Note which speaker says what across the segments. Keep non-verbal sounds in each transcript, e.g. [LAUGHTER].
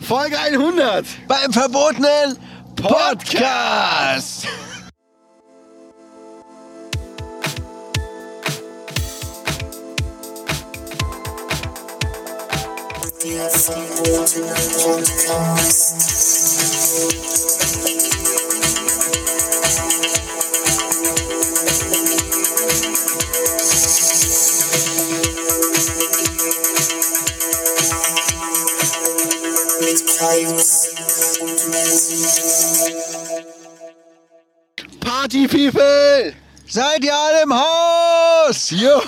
Speaker 1: Folge 100
Speaker 2: beim verbotenen Podcast.
Speaker 1: Party People!
Speaker 2: Seid ihr alle im Haus? Jo.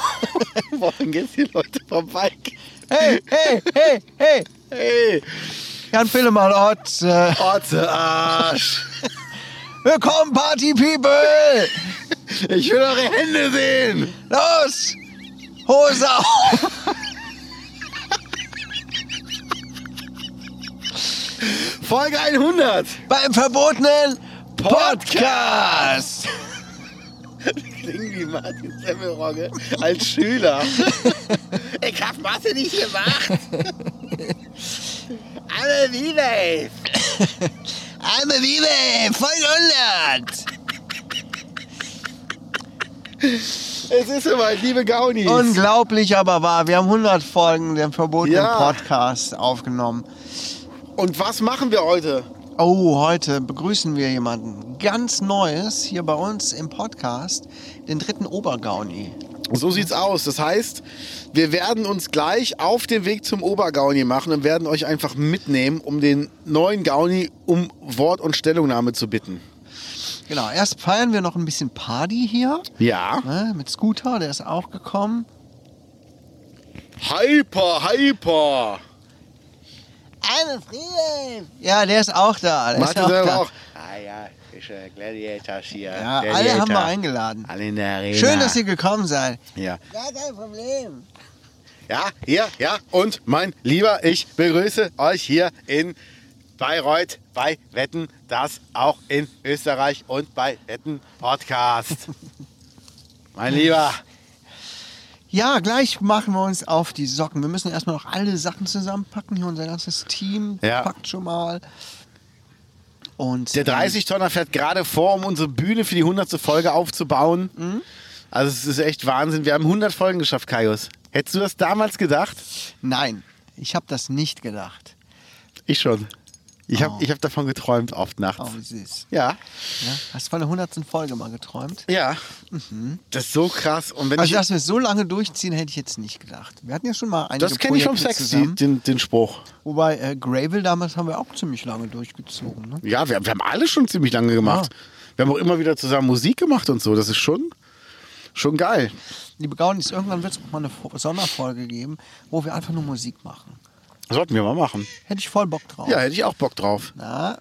Speaker 1: Woran geht's die Leute vom Bike?
Speaker 2: Hey, hey, hey, hey.
Speaker 1: Hey,
Speaker 2: Jan Pillemann Otze.
Speaker 1: Otze Arsch!
Speaker 2: Willkommen, Party People.
Speaker 1: Ich will eure Hände sehen!
Speaker 2: Los. Hose auf.
Speaker 1: Folge 100
Speaker 2: Beim verbotenen Podcast.
Speaker 1: Klingt wie Martin Semmelrogge als [LAUGHS] Schüler. ich hab Mathe nicht gemacht! Alle Liebe!
Speaker 2: Arme Wiebe, voll 100.
Speaker 1: Es ist soweit, liebe Gaunis!
Speaker 2: Unglaublich, aber wahr. Wir haben 100 Folgen dem verbotenen
Speaker 1: Ja.
Speaker 2: Podcast aufgenommen.
Speaker 1: Und was machen wir heute?
Speaker 2: Oh, heute begrüßen wir jemanden ganz Neues hier bei uns im Podcast, den dritten Obergauni.
Speaker 1: So sieht's aus. Das heißt, wir werden uns gleich auf den Weg zum Obergauni machen und werden euch einfach mitnehmen, um den neuen Gauni um Wort und Stellungnahme zu bitten.
Speaker 2: Genau, erst feiern wir noch ein bisschen Party hier
Speaker 1: Ja.
Speaker 2: ne, mit Scooter, der ist auch gekommen.
Speaker 1: Hyper, hyper.
Speaker 2: Arme Friede! Ja, der ist auch da. Der
Speaker 1: Martin
Speaker 2: ist auch
Speaker 1: selber
Speaker 2: da.
Speaker 1: auch. Ah ja, ist äh, Gladiators hier.
Speaker 2: Ja, alle haben wir eingeladen.
Speaker 1: Alle in der Arena.
Speaker 2: Schön, dass ihr gekommen seid.
Speaker 1: Ja.
Speaker 2: Ja, kein Problem.
Speaker 1: ja, hier, ja. Und mein Lieber, ich begrüße euch hier in Bayreuth bei Wetten, das auch in Österreich und bei Wetten [LAUGHS] Podcast. mein Lieber.
Speaker 2: Ja, gleich machen wir uns auf die Socken. Wir müssen erstmal noch alle Sachen zusammenpacken. Hier unser ganzes Team
Speaker 1: Ja.
Speaker 2: packt schon mal. Und
Speaker 1: Der 30-Tonner fährt gerade vor, um unsere Bühne für die 100. Folge aufzubauen. Also es ist echt Wahnsinn. Wir haben 100 Folgen geschafft, Kaius. Hättest du das damals gedacht?
Speaker 2: ähm, Nein, ich habe das nicht gedacht.
Speaker 1: Ich schon. Ich habe ich hab davon geträumt, oft nachts.
Speaker 2: Oh, wie süß.
Speaker 1: Ja.
Speaker 2: Ja, hast du von der 100. Folge mal geträumt?
Speaker 1: Ja. Das ist so krass. Und wenn
Speaker 2: Also,
Speaker 1: ich,
Speaker 2: dass wir es so lange durchziehen, hätte ich jetzt nicht gedacht. Wir hatten ja schon mal einige
Speaker 1: das kenne ich vom
Speaker 2: Projekte
Speaker 1: Sex, die,
Speaker 2: zusammen.
Speaker 1: den, den Spruch.
Speaker 2: Wobei, äh, Gravel damals haben wir auch ziemlich lange durchgezogen. Ne?
Speaker 1: Ja, wir, wir haben alle schon ziemlich lange gemacht. Wir haben auch immer wieder zusammen Musik gemacht und so. Das ist schon, schon geil.
Speaker 2: Liebe Gaunis, irgendwann wird es auch mal eine Fo- Sonderfolge geben, wo wir einfach nur Musik machen.
Speaker 1: Sollten wir mal machen.
Speaker 2: Hätte ich voll Bock drauf.
Speaker 1: Ja, hätte ich auch Bock drauf.
Speaker 2: Na,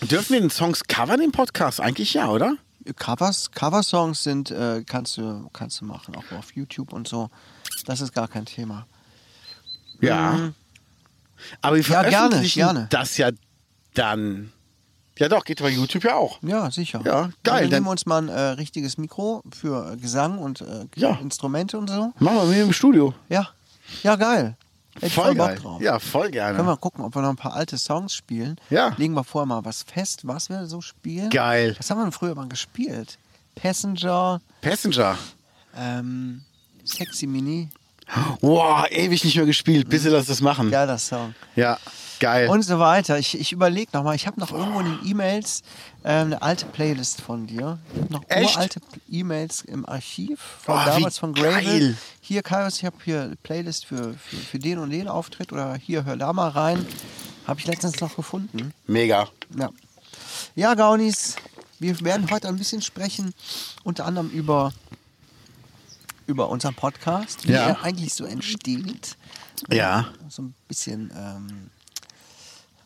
Speaker 1: Dürfen wir den Songs covern im Podcast? Eigentlich ja, oder?
Speaker 2: Covers, Coversongs sind, äh, kannst, du, kannst du machen, auch auf YouTube und so. Das ist gar kein Thema.
Speaker 1: Ja. Aber wir
Speaker 2: Ja, gerne,
Speaker 1: veröffentlichen
Speaker 2: gerne.
Speaker 1: das ja dann. Ja doch, geht bei YouTube ja auch.
Speaker 2: Ja, sicher.
Speaker 1: Ja, geil,
Speaker 2: Dann
Speaker 1: dann-
Speaker 2: nehmen wir uns mal ein äh, richtiges Mikro für äh, Gesang und äh,
Speaker 1: Ja.
Speaker 2: Instrumente und so.
Speaker 1: Machen wir mit im Studio.
Speaker 2: Ja, ja, geil. Hätte ich
Speaker 1: voll
Speaker 2: voll Bock
Speaker 1: geil.
Speaker 2: drauf.
Speaker 1: Ja, voll gerne.
Speaker 2: Können wir gucken, ob wir noch ein paar alte Songs spielen.
Speaker 1: Ja.
Speaker 2: Legen wir vorher mal was fest, was wir so spielen.
Speaker 1: Geil.
Speaker 2: Was haben wir denn früher mal gespielt? Passenger,
Speaker 1: Passenger.
Speaker 2: ähm, Sexy Mini.
Speaker 1: Wow, ewig nicht mehr gespielt, bis sie das das machen. Ja,
Speaker 2: Geiler Song.
Speaker 1: geil.
Speaker 2: Und so weiter. Ich, ich überlege nochmal. Ich habe noch irgendwo in den E-Mails äh, eine alte Playlist von dir. Ich hab noch
Speaker 1: Echt?
Speaker 2: uralte E-Mails im Archiv von
Speaker 1: Oh, wie
Speaker 2: damals von Gravel.
Speaker 1: geil.
Speaker 2: Hier, Kaios, ich habe hier eine Playlist für, für, für den und den Auftritt oder hier, hör da mal rein. Habe ich letztens noch gefunden.
Speaker 1: Mega.
Speaker 2: Ja. ja, Gaunis, wir werden heute ein bisschen sprechen, unter anderem über, über unseren Podcast, wie
Speaker 1: Ja.
Speaker 2: er eigentlich so entsteht.
Speaker 1: Ja.
Speaker 2: So ein bisschen ähm,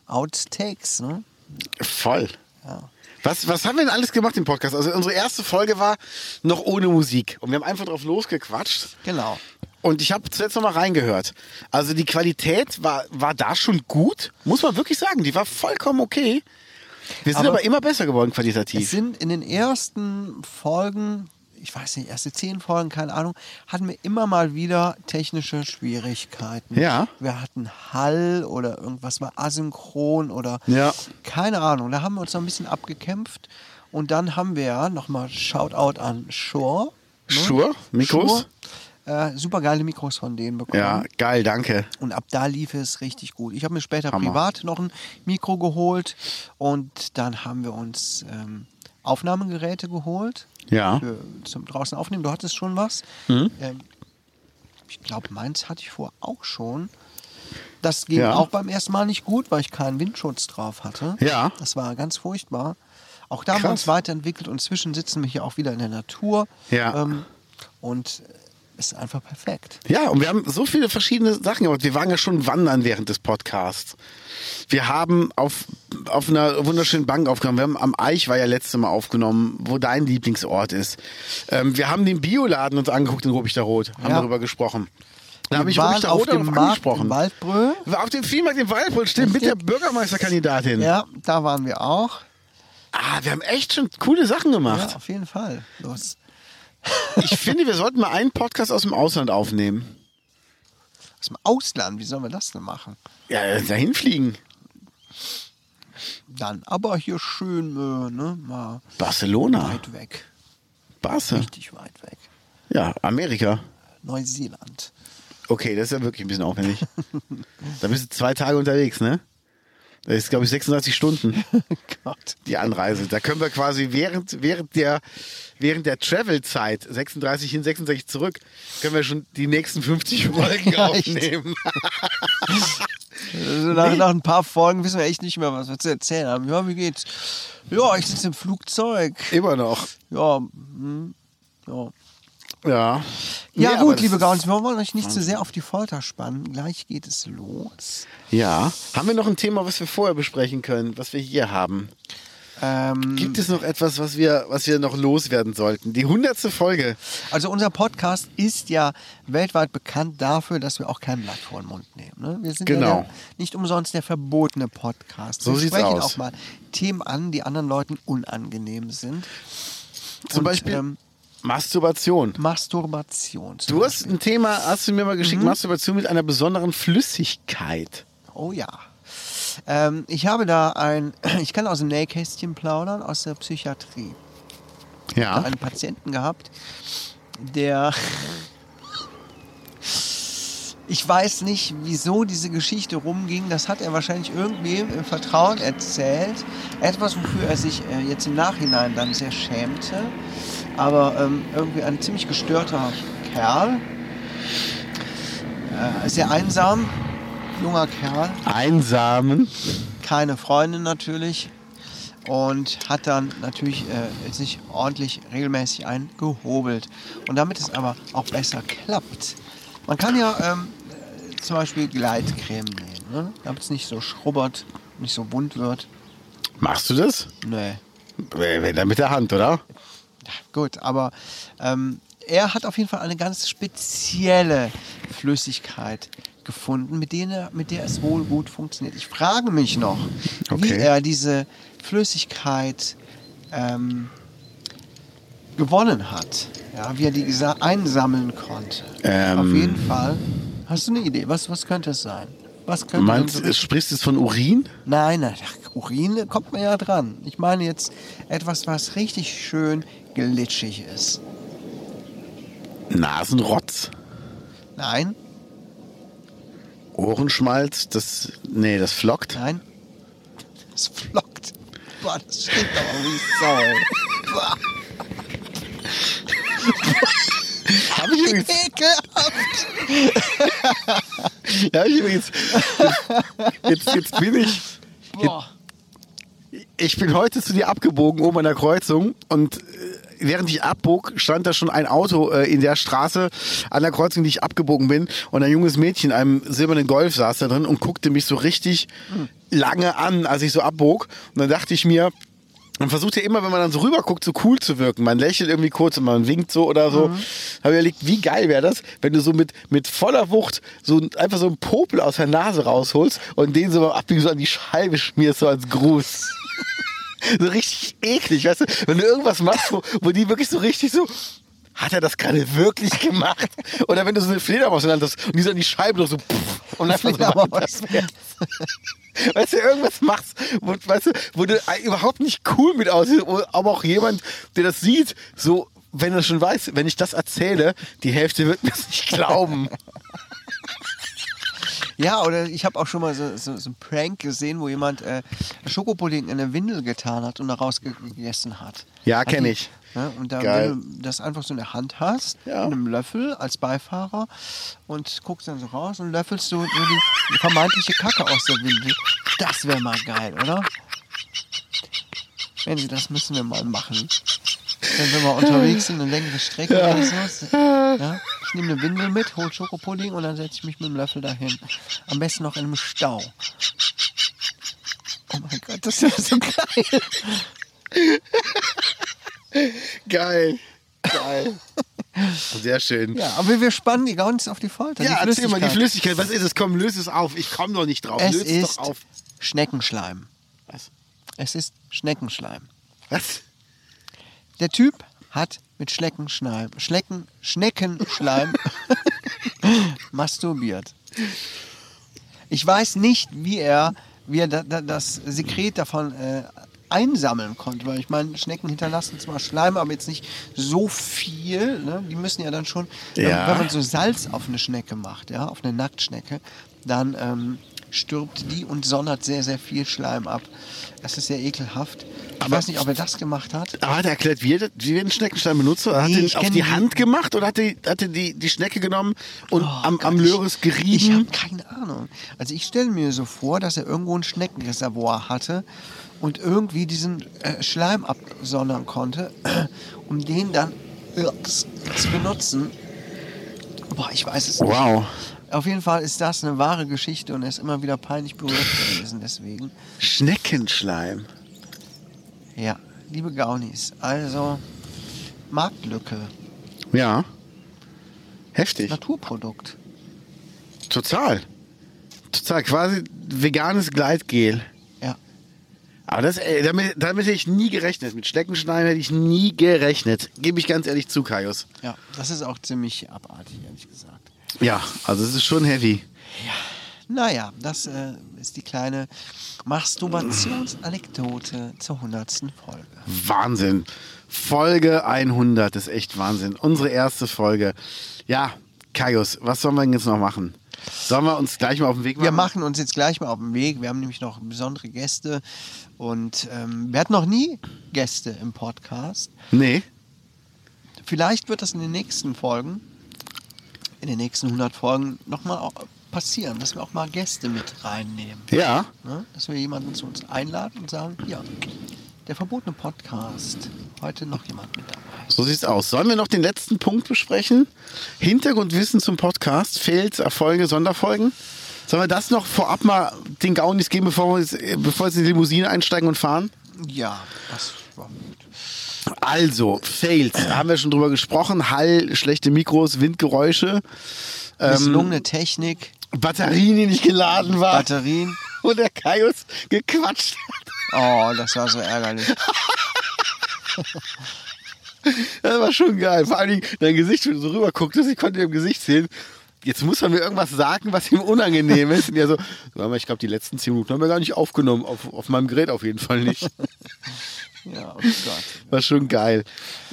Speaker 2: Outtakes, ne?
Speaker 1: Voll.
Speaker 2: Ja.
Speaker 1: Was, was haben wir denn alles gemacht im Podcast? Also unsere erste Folge war noch ohne Musik. Und wir haben einfach drauf losgequatscht.
Speaker 2: Genau.
Speaker 1: Und ich habe zuletzt noch mal reingehört. Also die Qualität war, war da schon gut, muss man wirklich sagen. Die war vollkommen okay. Wir sind aber,
Speaker 2: Aber-
Speaker 1: immer besser geworden
Speaker 2: Es
Speaker 1: qualitativ.
Speaker 2: sind in den ersten Folgen, ich weiß nicht, erste zehn Folgen, keine Ahnung, hatten wir immer mal wieder technische Schwierigkeiten.
Speaker 1: Ja.
Speaker 2: Wir hatten Hall oder irgendwas war asynchron oder
Speaker 1: Ja.
Speaker 2: keine Ahnung. Da haben wir uns noch ein bisschen abgekämpft. Und dann haben wir ja nochmal Shoutout an Shore.
Speaker 1: Shure, Mikros?
Speaker 2: Äh, super geile Mikros von denen bekommen.
Speaker 1: Ja, geil, danke.
Speaker 2: Und ab da lief es richtig gut. Ich habe mir später
Speaker 1: Hammer.
Speaker 2: privat noch ein Mikro geholt und dann haben wir uns ähm, Aufnahmegeräte geholt
Speaker 1: Ja. Hm?
Speaker 2: für, zum draußen aufnehmen. Du hattest schon was. Ähm, ich glaube, meins hatte ich vorher auch schon. Das ging
Speaker 1: Ja.
Speaker 2: auch beim ersten Mal nicht gut, weil ich keinen Windschutz drauf hatte.
Speaker 1: Ja.
Speaker 2: Das war ganz furchtbar. Auch da haben wir
Speaker 1: Krass.
Speaker 2: uns weiterentwickelt und zwischen sitzen wir hier auch wieder in der Natur.
Speaker 1: Ja.
Speaker 2: Ähm, und es ist einfach perfekt.
Speaker 1: Ja, und wir haben so viele verschiedene Sachen gemacht. Wir waren ja schon wandern während des Podcasts. Wir haben auf, auf einer wunderschönen Bank aufgenommen. Wir haben am Eich war ja letztes Mal aufgenommen, wo dein Lieblingsort ist. Ähm, wir haben den Bioladen uns angeguckt in Rubichter Rot. Haben
Speaker 2: Ja.
Speaker 1: darüber gesprochen. Da
Speaker 2: Wir
Speaker 1: habe ich
Speaker 2: waren
Speaker 1: Rubichter
Speaker 2: auf
Speaker 1: Rot
Speaker 2: dem
Speaker 1: darauf
Speaker 2: Markt in
Speaker 1: angesprochen.
Speaker 2: Waldbröl.
Speaker 1: Auf dem Viehmarkt im Waldpol stimmt, mit der Bürgermeisterkandidatin.
Speaker 2: Ja, da waren wir auch.
Speaker 1: Ah, wir haben echt schon coole Sachen
Speaker 2: Ja,
Speaker 1: gemacht.
Speaker 2: auf jeden Fall. Los.
Speaker 1: Ich finde, wir sollten mal einen Podcast aus dem Ausland aufnehmen.
Speaker 2: Aus dem Ausland, wie sollen wir das denn machen?
Speaker 1: Ja, dahin fliegen.
Speaker 2: Dann aber hier schön, äh, ne, mal
Speaker 1: Barcelona.
Speaker 2: weit weg.
Speaker 1: Barca.
Speaker 2: Richtig weit weg.
Speaker 1: Ja, Amerika.
Speaker 2: Neuseeland.
Speaker 1: Okay, das ist ja wirklich ein bisschen aufwendig. da bist du zwei Tage unterwegs, ne? Das ist, glaube ich, 36 Stunden,
Speaker 2: [LAUGHS] Gott.
Speaker 1: die Anreise. Da können wir quasi während, während der, während der Travel-Zeit, 36 hin, 66 zurück, können wir schon die
Speaker 2: [LAUGHS]
Speaker 1: nächsten 50 Folgen
Speaker 2: Ja, echt.
Speaker 1: aufnehmen.
Speaker 2: Also nach, nach ein paar Folgen wissen wir echt nicht mehr, was wir zu erzählen haben. Ja, wie geht's? Ja, ich sitze im Flugzeug.
Speaker 1: Immer noch.
Speaker 2: Ja, hm, ja.
Speaker 1: Ja.
Speaker 2: Ja,
Speaker 1: Nee, aber
Speaker 2: gut,
Speaker 1: das
Speaker 2: liebe
Speaker 1: ist-
Speaker 2: Gauns, wir wollen euch nicht zu sehr auf die Folter spannen. Gleich geht es los.
Speaker 1: Ja. Haben wir noch ein Thema, was wir vorher besprechen können, was wir hier haben?
Speaker 2: Ähm,
Speaker 1: Gibt es noch etwas, was wir, was wir noch loswerden sollten? Die hundertste Folge.
Speaker 2: Also unser Podcast ist ja weltweit bekannt dafür, dass wir auch kein Blatt vor den Mund nehmen. Ne? Wir sind
Speaker 1: Genau.
Speaker 2: ja der, nicht umsonst der verbotene Podcast.
Speaker 1: So
Speaker 2: wir
Speaker 1: sieht's
Speaker 2: sprechen
Speaker 1: aus.
Speaker 2: auch mal Themen an, die anderen Leuten unangenehm sind.
Speaker 1: Zum
Speaker 2: Und,
Speaker 1: Beispiel
Speaker 2: ähm,
Speaker 1: Masturbation.
Speaker 2: Masturbation. zum
Speaker 1: Du hast
Speaker 2: Beispiel.
Speaker 1: ein Thema, hast du mir mal geschickt, Masturbation mit einer besonderen Flüssigkeit.
Speaker 2: Oh ja. Ähm, ich habe da ein, [CLEARS THROAT] ich kann aus dem Nähkästchen plaudern, aus der Psychiatrie.
Speaker 1: Ja.
Speaker 2: einen Patienten gehabt, der. Ich weiß nicht, wieso diese Geschichte rumging. Das hat er wahrscheinlich irgendwem im Vertrauen erzählt. Etwas, wofür er sich äh, jetzt im Nachhinein dann sehr schämte. Aber ähm, irgendwie ein ziemlich gestörter Kerl. Äh, sehr einsam. Junger Kerl
Speaker 1: Einsamen.
Speaker 2: keine Freundin natürlich und hat dann natürlich äh, sich ordentlich regelmäßig eingehobelt. Und damit es aber auch besser klappt, man kann ja ähm, äh, zum Beispiel Gleitcreme nehmen, ne? damit es nicht so schrubbert, nicht so bunt wird.
Speaker 1: Machst du das?
Speaker 2: Nee.
Speaker 1: Wenn wenn dann mit der Hand, oder?
Speaker 2: Ja, gut, aber ähm, er hat auf jeden Fall eine ganz spezielle Flüssigkeit gefunden, mit, denen er, mit der es wohl gut funktioniert. Ich frage mich noch, wie
Speaker 1: Okay.
Speaker 2: er diese Flüssigkeit ähm, gewonnen hat, ja, wie er die gesa- einsammeln konnte.
Speaker 1: Ähm.
Speaker 2: Auf jeden Fall. Hast du eine Idee? Was, was könnte es sein? Was könnte denn
Speaker 1: Meinst,
Speaker 2: so-
Speaker 1: du, sprichst du jetzt von Urin?
Speaker 2: Nein, nein, ach, Urin kommt mir ja dran. Ich meine jetzt etwas, was richtig schön glitschig ist.
Speaker 1: Nasenrotz?
Speaker 2: Nein,
Speaker 1: Ohrenschmalz? Das, nee, das flockt.
Speaker 2: nein. Es flockt. Boah, das stinkt aber wie
Speaker 1: [LAUGHS]
Speaker 2: Sau. ey. Boah,
Speaker 1: Hab ich übrigens,
Speaker 2: ekelhaft.
Speaker 1: hab ich übrigens, [LAUGHS] jetzt, jetzt bin ich,
Speaker 2: Boah.
Speaker 1: ich bin heute zu dir abgebogen oben an der Kreuzung und äh, während ich abbog, stand da schon ein Auto äh, in der Straße an der Kreuzung, die ich abgebogen bin und ein junges Mädchen in einem silbernen Golf saß da drin und guckte mich so richtig lange an, als ich so abbog und dann dachte ich mir, man versucht ja immer, wenn man dann so rüber guckt, so cool zu wirken. Man lächelt irgendwie kurz und man winkt so oder so. Habe ich überlegt, wie geil wäre das, wenn du so mit, mit voller Wucht so ein- einfach so einen Popel aus der Nase rausholst und den so beim Abbiegen so an die Scheibe schmierst, so als Gruß. So richtig eklig, weißt du? Wenn du irgendwas machst, wo, wo die wirklich so richtig so hat er das gerade wirklich gemacht? Oder wenn du so eine Fledermaus in der Hand hast und die so an die Scheibe noch so pff, und einfach so
Speaker 2: Fledermaus.
Speaker 1: weiterfährst. Weißt du, irgendwas machst, wo, weißt du, wo du ei- überhaupt nicht cool mit aussiehst, wo aber auch jemand, der das sieht, so, wenn er schon weiß, wenn ich das erzähle, die Hälfte wird mir es nicht glauben.
Speaker 2: Ja, oder ich habe auch schon mal so, so, so einen Prank gesehen, wo jemand äh, Schokopudding in eine Windel getan hat und daraus ge- gegessen hat.
Speaker 1: Ja,
Speaker 2: Hat
Speaker 1: kenn
Speaker 2: die-
Speaker 1: ich.
Speaker 2: Ne, und da,
Speaker 1: Geil.
Speaker 2: wenn du das einfach so in der Hand hast,
Speaker 1: Ja.
Speaker 2: mit einem Löffel als Beifahrer und guckst dann so raus und löffelst du so die vermeintliche Kacke aus der Windel. Das wäre mal geil, oder? Wenn sie das müssen wir mal machen. Wenn wir mal unterwegs sind, eine längere Strecke oder so. Ja, ich nehme eine Windel mit, hol Schokopudding und dann setze ich mich mit dem Löffel dahin. Am besten noch in einem Stau. Oh mein Gott, das ist ja so [LAUGHS] geil.
Speaker 1: Geil. Geil. Sehr schön.
Speaker 2: Ja, aber wir spannen die ganz auf die Folter.
Speaker 1: Ja,
Speaker 2: die
Speaker 1: erzähl mal, die
Speaker 2: Flüssigkeit.
Speaker 1: Flüssigkeit, was ist es? Komm, löse es auf. Ich komme doch nicht drauf.
Speaker 2: Es
Speaker 1: löse es
Speaker 2: ist
Speaker 1: doch auf.
Speaker 2: Schneckenschleim.
Speaker 1: Was?
Speaker 2: Es ist Schneckenschleim.
Speaker 1: Was?
Speaker 2: Der Typ hat mit Schneckenschleim, Schnecken, Schneckenschleim [LAUGHS] masturbiert. Ich weiß nicht, wie er, wie er da, da, das Sekret davon äh, einsammeln konnte, weil ich meine, Schnecken hinterlassen zwar Schleim, aber jetzt nicht so viel. Ne? Die müssen ja dann schon,
Speaker 1: Ja.
Speaker 2: wenn man so Salz auf eine Schnecke macht, ja, auf eine Nacktschnecke, dann ähm, stirbt die und sondert sehr, sehr viel Schleim ab. Das ist sehr ekelhaft. Ich weiß nicht, ob er das gemacht hat.
Speaker 1: Aber hat er Ah, erklärt, wie, er, das- wie wir den Schneckenstein benutzt haben? Hat
Speaker 2: Nee,
Speaker 1: er
Speaker 2: ich
Speaker 1: den auf
Speaker 2: kenn
Speaker 1: die
Speaker 2: die-
Speaker 1: Hand gemacht oder hat er hat er die, die Schnecke genommen und
Speaker 2: Oh
Speaker 1: am, am
Speaker 2: Gott,
Speaker 1: Löres
Speaker 2: Ich, ich habe
Speaker 1: gerieben?
Speaker 2: keine Ahnung. Also ich stelle mir so vor, dass er irgendwo ein Schneckenreservoir hatte und irgendwie diesen äh, Schleim absondern konnte, [CLEARS THROAT] um den dann irks zu benutzen. Boah, ich weiß es nicht.
Speaker 1: Wow.
Speaker 2: Auf jeden Fall ist das eine wahre Geschichte und er ist immer wieder peinlich berührt gewesen deswegen.
Speaker 1: Schneckenschleim.
Speaker 2: Ja, liebe Gaunis, also Marktlücke,
Speaker 1: Ja. Heftig.
Speaker 2: Naturprodukt.
Speaker 1: Total. Total. Quasi veganes Gleitgel.
Speaker 2: Ja,
Speaker 1: Aber das, ey, damit, damit hätte ich nie gerechnet. Mit Schneckenschleim hätte ich nie gerechnet. Gebe ich ganz ehrlich zu, Kaius.
Speaker 2: ja, das ist auch ziemlich abartig, ehrlich gesagt.
Speaker 1: Ja, also es ist schon heavy.
Speaker 2: Naja, das äh, ist die kleine Masturbationsanekdote zur hundertsten Folge.
Speaker 1: Wahnsinn. Folge 100 ist echt Wahnsinn. Unsere erste Folge. Ja, Kaius, was sollen wir denn jetzt noch machen? Sollen wir uns gleich mal auf den Weg machen?
Speaker 2: Wir machen uns jetzt gleich mal auf den Weg. Wir haben nämlich noch besondere Gäste und ähm, wir hatten noch nie Gäste im Podcast.
Speaker 1: Nee.
Speaker 2: Vielleicht wird das in den nächsten Folgen, in den nächsten 100 Folgen nochmal passieren, dass wir auch mal Gäste mit reinnehmen.
Speaker 1: Ja.
Speaker 2: Ne? Dass wir jemanden zu uns einladen und sagen, ja, der verbotene Podcast, heute noch jemand mit dabei.
Speaker 1: So sieht's aus. Sollen wir noch den letzten Punkt besprechen? Hintergrundwissen zum Podcast, Fails, Erfolge, Sonderfolgen. Sollen wir das noch vorab mal den Gaunis geben, bevor wir, jetzt- äh, bevor wir jetzt in die Limousine einsteigen und fahren?
Speaker 2: Ja, das war gut.
Speaker 1: Also, Fails, da haben wir schon drüber gesprochen. Hall, schlechte Mikros, Windgeräusche, Ähm,
Speaker 2: Misslungene Technik,
Speaker 1: Batterien, die nicht geladen waren. [LAUGHS]
Speaker 2: Batterien.
Speaker 1: wo der Kaius gequatscht
Speaker 2: Oh, das war so ärgerlich.
Speaker 1: hat. Das war schon geil. Vor allen Dingen, dein Gesicht, wenn du so rüber gucktest, ich konnte dir im Gesicht sehen, jetzt muss man mir irgendwas sagen, was ihm unangenehm ist. Und er so, "Warte mal, ich glaube, die letzten zehn Minuten haben wir gar nicht aufgenommen. Auf, auf meinem Gerät auf jeden Fall nicht.
Speaker 2: Ja, oh Gott.
Speaker 1: War schon geil.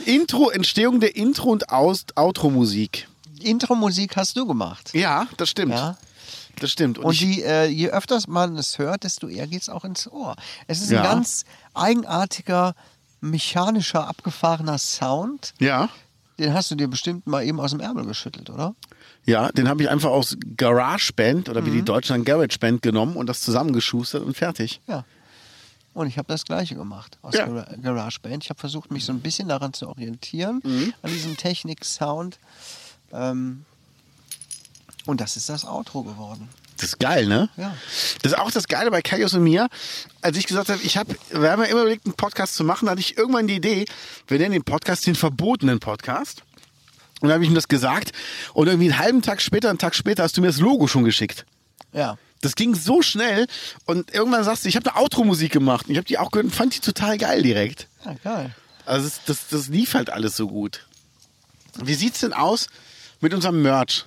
Speaker 1: Intro, Entstehung der Intro- und Aus Outro-Musik.
Speaker 2: Intro-Musik hast du gemacht.
Speaker 1: Ja, das stimmt.
Speaker 2: Ja.
Speaker 1: Das stimmt. Und,
Speaker 2: Und
Speaker 1: ich,
Speaker 2: die, äh, je öfters man es hört, desto eher geht es auch ins Ohr. Es ist
Speaker 1: Ja.
Speaker 2: ein ganz eigenartiger, mechanischer, abgefahrener Sound.
Speaker 1: ja.
Speaker 2: Den hast du dir bestimmt mal eben aus dem Ärmel geschüttelt, oder?
Speaker 1: Ja, den habe ich einfach aus GarageBand oder wie die Deutschland GarageBand genommen und das zusammengeschustert und fertig.
Speaker 2: Ja. Und ich habe das Gleiche gemacht aus
Speaker 1: Ja.
Speaker 2: Gar- GarageBand. Ich habe versucht, mich so ein bisschen daran zu orientieren,
Speaker 1: Mhm.
Speaker 2: an diesem Technik-Sound. Ähm, und das ist das Outro geworden.
Speaker 1: Das ist geil, ne?
Speaker 2: Ja.
Speaker 1: Das ist auch das Geile bei Kaios und mir. Als ich gesagt habe, ich hab, wir haben ja immer überlegt, einen Podcast zu machen, da hatte ich irgendwann die Idee, wir nennen den Podcast den verbotenen Podcast. Und dann habe ich ihm das gesagt. Und irgendwie einen halben Tag später, einen Tag später, hast du mir das Logo schon geschickt.
Speaker 2: Ja.
Speaker 1: Das ging so schnell. Und irgendwann sagst du, ich habe eine Outro-Musik gemacht. Und ich habe die auch gehört und fand die total geil direkt.
Speaker 2: Ja, geil.
Speaker 1: Also das, das, das lief halt alles so gut. Wie sieht's denn aus mit unserem Merch?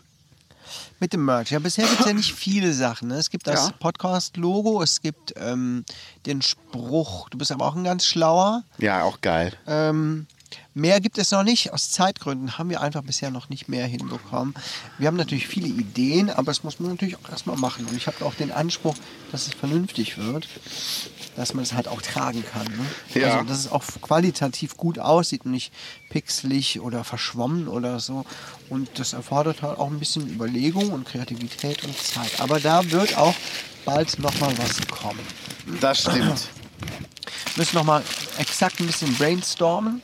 Speaker 2: Mit dem Merch. Ja, bisher gibt es ja nicht viele Sachen. Ne? Es gibt das
Speaker 1: Ja.
Speaker 2: Podcast-Logo, es gibt ähm, den Spruch, du bist aber auch ein ganz schlauer.
Speaker 1: Ja, auch geil.
Speaker 2: Ähm, mehr gibt es noch nicht. Aus Zeitgründen haben wir einfach bisher noch nicht mehr hinbekommen. Wir haben natürlich viele Ideen, aber das muss man natürlich auch erstmal machen. Und ich habe auch den Anspruch, dass es vernünftig wird, dass man es halt auch tragen kann. Ne?
Speaker 1: Ja.
Speaker 2: Also, dass es auch qualitativ gut aussieht und nicht pixelig oder verschwommen oder so. Und das erfordert halt auch ein bisschen Überlegung und Kreativität und Zeit. Aber da wird auch bald nochmal was kommen
Speaker 1: Das stimmt.
Speaker 2: müssen nochmal exakt ein bisschen brainstormen,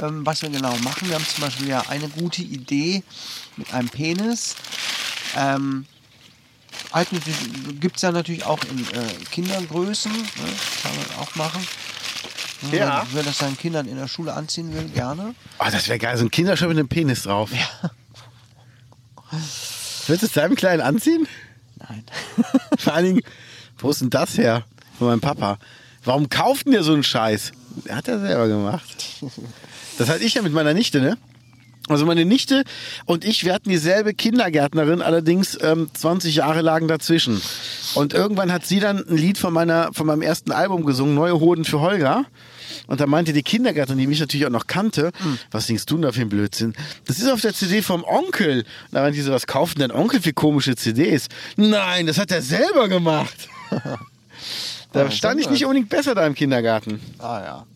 Speaker 2: ähm, was wir genau machen. Wir haben zum Beispiel ja eine gute Idee mit einem Penis. Ähm, Gibt es ja natürlich auch in äh, Kindergrößen, ne? kann man auch machen. Hm,
Speaker 1: Ja.
Speaker 2: Wer das seinen Kindern in der Schule anziehen will, gerne.
Speaker 1: Oh, das wäre geil. So ein Kinderschuh mit einem Penis drauf. Ja. Willst du es deinem Kleinen anziehen?
Speaker 2: Nein.
Speaker 1: Vor allen Dingen, wo ist denn das her? Von meinem Papa. Warum kauft denn der so einen Scheiß? Hat er selber gemacht. Das hatte ich ja mit meiner Nichte, ne? Also meine Nichte und ich, wir hatten dieselbe Kindergärtnerin, allerdings ähm, 20 Jahre lagen dazwischen. Und irgendwann hat sie dann ein Lied von, meiner, von meinem ersten Album gesungen, Neue Hoden für Holger. Und da meinte die Kindergärtnerin, die mich natürlich auch noch kannte, was denkst du denn da für ein Blödsinn? Das ist auf der CD vom Onkel. Und da meinte sie so, was kauft denn dein Onkel für komische CDs? Nein, das hat er selber gemacht. [LAUGHS] da
Speaker 2: Ja,
Speaker 1: stand ich
Speaker 2: super.
Speaker 1: nicht unbedingt besser da im Kindergarten.
Speaker 2: [LAUGHS] Ah ja.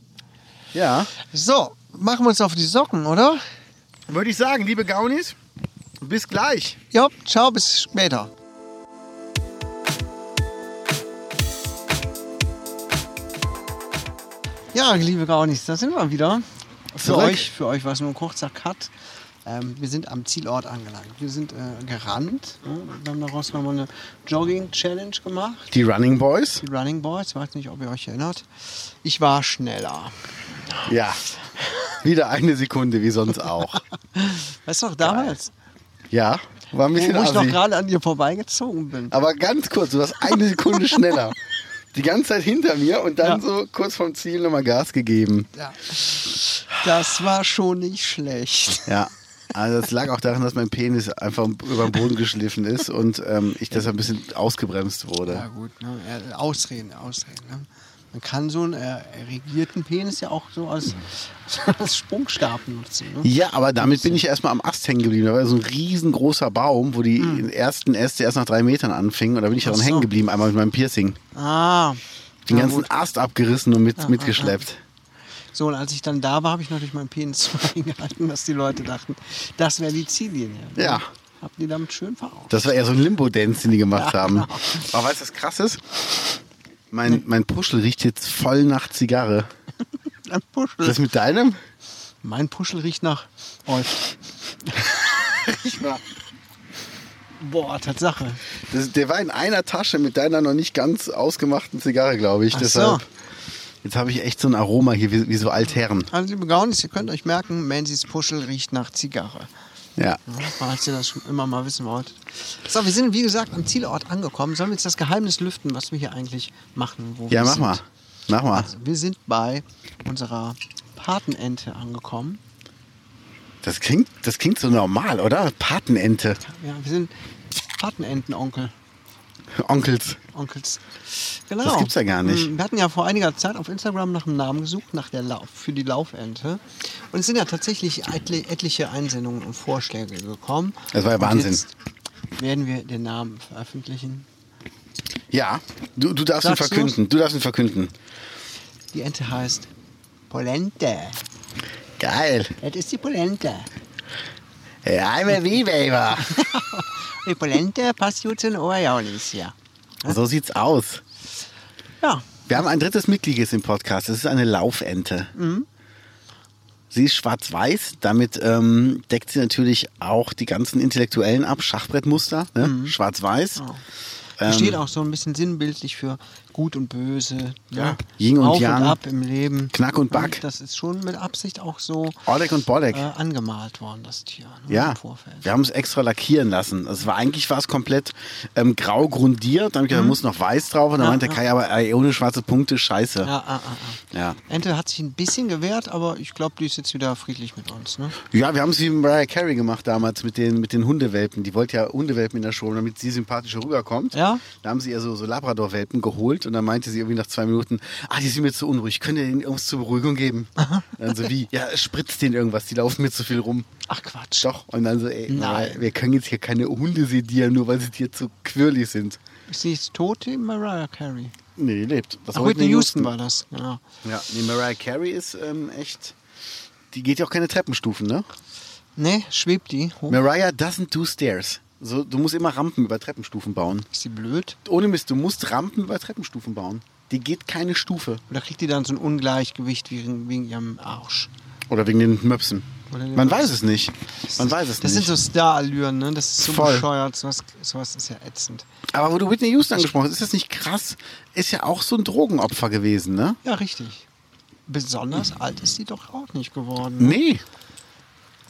Speaker 1: Ja.
Speaker 2: So, machen wir uns auf die Socken, oder?
Speaker 1: Würde ich sagen, liebe Gaunis, bis gleich.
Speaker 2: Ja, ciao, bis später. Ja, liebe Gaunis, da sind wir wieder. Für
Speaker 1: Zurück.
Speaker 2: euch, für euch war es nur ein kurzer Cut. Ähm, wir sind am Zielort angelangt. Wir sind äh, gerannt. Ne? Wir haben daraus nochmal eine Jogging-Challenge gemacht.
Speaker 1: Die Running Boys?
Speaker 2: Die Running Boys, ich weiß nicht, ob ihr euch erinnert. Ich war schneller.
Speaker 1: Ja. Wieder eine Sekunde, wie sonst auch.
Speaker 2: Weißt du noch, damals,
Speaker 1: Ja, war ein
Speaker 2: wo,
Speaker 1: bisschen
Speaker 2: wo ich noch
Speaker 1: assi.
Speaker 2: gerade an dir vorbeigezogen bin.
Speaker 1: Aber ganz kurz, du warst eine Sekunde [LAUGHS] schneller. Die ganze Zeit hinter mir und dann
Speaker 2: Ja.
Speaker 1: so kurz vom Ziel nochmal Gas gegeben.
Speaker 2: Ja. Das war schon nicht schlecht.
Speaker 1: Ja. Also das lag auch daran, dass mein Penis einfach über den Boden geschliffen ist und ähm, ich deshalb ein bisschen ausgebremst
Speaker 2: Ja
Speaker 1: wurde.
Speaker 2: gut, ne? äh, Ausreden, Ausreden. Ne? Man kann so einen äh, regierten Penis ja auch so als, [LAUGHS] als Sprungstab nutzen. Ne?
Speaker 1: Ja, aber damit bin ich erstmal am Ast hängen geblieben. Da war so ein riesengroßer Baum, wo die ersten Äste erst nach drei Metern anfingen und da bin ich daran
Speaker 2: Hm. Ach so.
Speaker 1: hängen geblieben, einmal mit meinem Piercing.
Speaker 2: Ah,
Speaker 1: Den
Speaker 2: na
Speaker 1: ganzen
Speaker 2: gut.
Speaker 1: Ast abgerissen und mit, mitgeschleppt.
Speaker 2: So, und als ich dann da war, habe ich natürlich meinen Penis [LAUGHS] so reingehalten, dass die Leute dachten, das wäre die Ziellinie. Ne?
Speaker 1: Ja.
Speaker 2: Hab die damit schön verarscht.
Speaker 1: Das war eher so ein Limbo-Dance, den die gemacht
Speaker 2: Ja, [LAUGHS]
Speaker 1: haben.
Speaker 2: genau.
Speaker 1: Aber weißt du, was krass ist? Mein, mein Puschel riecht jetzt voll nach Zigarre.
Speaker 2: Ein Puschel.
Speaker 1: Ist das mit deinem?
Speaker 2: mein Puschel riecht nach Euft. Boah, Tatsache.
Speaker 1: Das, der war in einer Tasche mit deiner noch nicht ganz ausgemachten Zigarre, glaube ich.
Speaker 2: Ach so.
Speaker 1: Deshalb, Jetzt habe ich echt so ein Aroma hier, wie, wie so Altherren.
Speaker 2: Also, liebe Gaunis, ihr könnt euch merken, Menzies Puschel riecht nach Zigarre.
Speaker 1: Ja.
Speaker 2: Ja, Falls ihr das schon immer mal wissen wollt. So, wir sind wie gesagt am Zielort angekommen. Sollen wir jetzt das Geheimnis lüften, was wir hier eigentlich machen? Wo
Speaker 1: Ja,
Speaker 2: wir
Speaker 1: mach
Speaker 2: sind?
Speaker 1: mal. Mach mal.
Speaker 2: Also, wir sind bei unserer Patenente angekommen.
Speaker 1: Das klingt, das klingt so normal, oder? Patenente.
Speaker 2: Ja, wir sind Patenentenonkel.
Speaker 1: Onkels.
Speaker 2: Onkels. Genau.
Speaker 1: Das gibt's ja gar nicht.
Speaker 2: Mm, Wir hatten ja vor einiger Zeit auf Instagram nach einem Namen gesucht, nach der Lauf, für die Laufente. Und es sind ja tatsächlich eitle- etliche Einsendungen und Vorschläge gekommen.
Speaker 1: Das war ja
Speaker 2: Und
Speaker 1: Wahnsinn.
Speaker 2: jetzt werden wir den Namen veröffentlichen.
Speaker 1: Ja, du, du darfst ihn
Speaker 2: Sagst du's?
Speaker 1: verkünden. Du darfst ihn verkünden.
Speaker 2: Die Ente heißt Polente.
Speaker 1: Geil.
Speaker 2: Das ist die Polente.
Speaker 1: Ja, immer
Speaker 2: [LAUGHS]
Speaker 1: wie, Baby.
Speaker 2: Die Polente passt gut zu den Ohrjaulis hier.
Speaker 1: So sieht's aus.
Speaker 2: Ja,
Speaker 1: Wir haben ein drittes Mitglied jetzt im Podcast. Das ist eine Laufente.
Speaker 2: Mhm.
Speaker 1: Sie ist schwarz-weiß. Damit ähm, deckt sie natürlich auch die ganzen Intellektuellen ab. Schachbrettmuster, ne? schwarz-weiß. Ähm,
Speaker 2: Mhm. Oh. Steht auch so ein bisschen sinnbildlich für Gut und Böse. Ne?
Speaker 1: Ja. Yin und
Speaker 2: Auf
Speaker 1: Yang.
Speaker 2: und ab im Leben.
Speaker 1: Knack und Back.
Speaker 2: Das ist schon mit Absicht auch so
Speaker 1: Oleg und Bolek.
Speaker 2: äh, angemalt worden, das Tier. Ne,
Speaker 1: Ja,
Speaker 2: Im Vorfeld.
Speaker 1: wir haben es extra lackieren lassen. Also, Es war eigentlich war es komplett ähm, grau grundiert. Dann hab ich gedacht, da muss noch weiß drauf. Und
Speaker 2: Mhm.
Speaker 1: dann
Speaker 2: Ja,
Speaker 1: meinte
Speaker 2: ja.
Speaker 1: Kai aber, ey, ohne schwarze Punkte, scheiße.
Speaker 2: Ja, ah, ah, ah.
Speaker 1: Ja.
Speaker 2: Ente hat sich ein bisschen gewehrt, aber ich glaube, die ist jetzt wieder friedlich mit uns. Ne?
Speaker 1: Ja, wir haben es wie Mariah Carey gemacht damals mit den, mit den Hundewelpen. Die wollte ja Hundewelpen in der Show, damit sie sympathischer rüberkommt.
Speaker 2: Ja.
Speaker 1: Da haben sie ihr so, so Labrador-Welpen geholt und dann meinte sie irgendwie nach zwei Minuten, ah, die sind mir zu unruhig, könnt ihr ihnen irgendwas zur
Speaker 2: [LAUGHS]
Speaker 1: Beruhigung geben? dann so wie, ja, spritzt denen irgendwas, die laufen mir zu viel rum.
Speaker 2: Ach Quatsch.
Speaker 1: Doch. Und dann so, ey,
Speaker 2: Nein.
Speaker 1: Mariah, wir können jetzt hier keine Hunde sedieren, nur weil sie dir zu quirlig sind.
Speaker 2: Ist sie jetzt tot, die Mariah Carey?
Speaker 1: Nee, die lebt. Das
Speaker 2: Ach,
Speaker 1: war
Speaker 2: Whitney Houston war das. Genau.
Speaker 1: Ja, nee, Mariah Carey ist ähm, echt, die geht ja auch keine Treppenstufen, ne?
Speaker 2: Ne, schwebt die hoch?
Speaker 1: Mariah doesn't do stairs. So, du musst immer Rampen über Treppenstufen bauen.
Speaker 2: Ist die blöd?
Speaker 1: Ohne Mist, du musst Rampen über Treppenstufen bauen. Die geht keine Stufe.
Speaker 2: Oder kriegt die dann so ein Ungleichgewicht wegen, wegen ihrem Arsch?
Speaker 1: Oder wegen den Möpsen.
Speaker 2: Oder den
Speaker 1: Man
Speaker 2: Möpsen.
Speaker 1: weiß es nicht. Man weiß es
Speaker 2: das
Speaker 1: nicht.
Speaker 2: sind so Star-Allüren, ne? Das ist so
Speaker 1: Voll.
Speaker 2: bescheuert. Sowas, sowas ist ja ätzend.
Speaker 1: Aber wo du Whitney Houston angesprochen hast, ist das nicht krass? Ist ja auch so ein Drogenopfer gewesen, ne?
Speaker 2: Ja, richtig. Besonders alt ist die doch auch nicht geworden.
Speaker 1: Nee.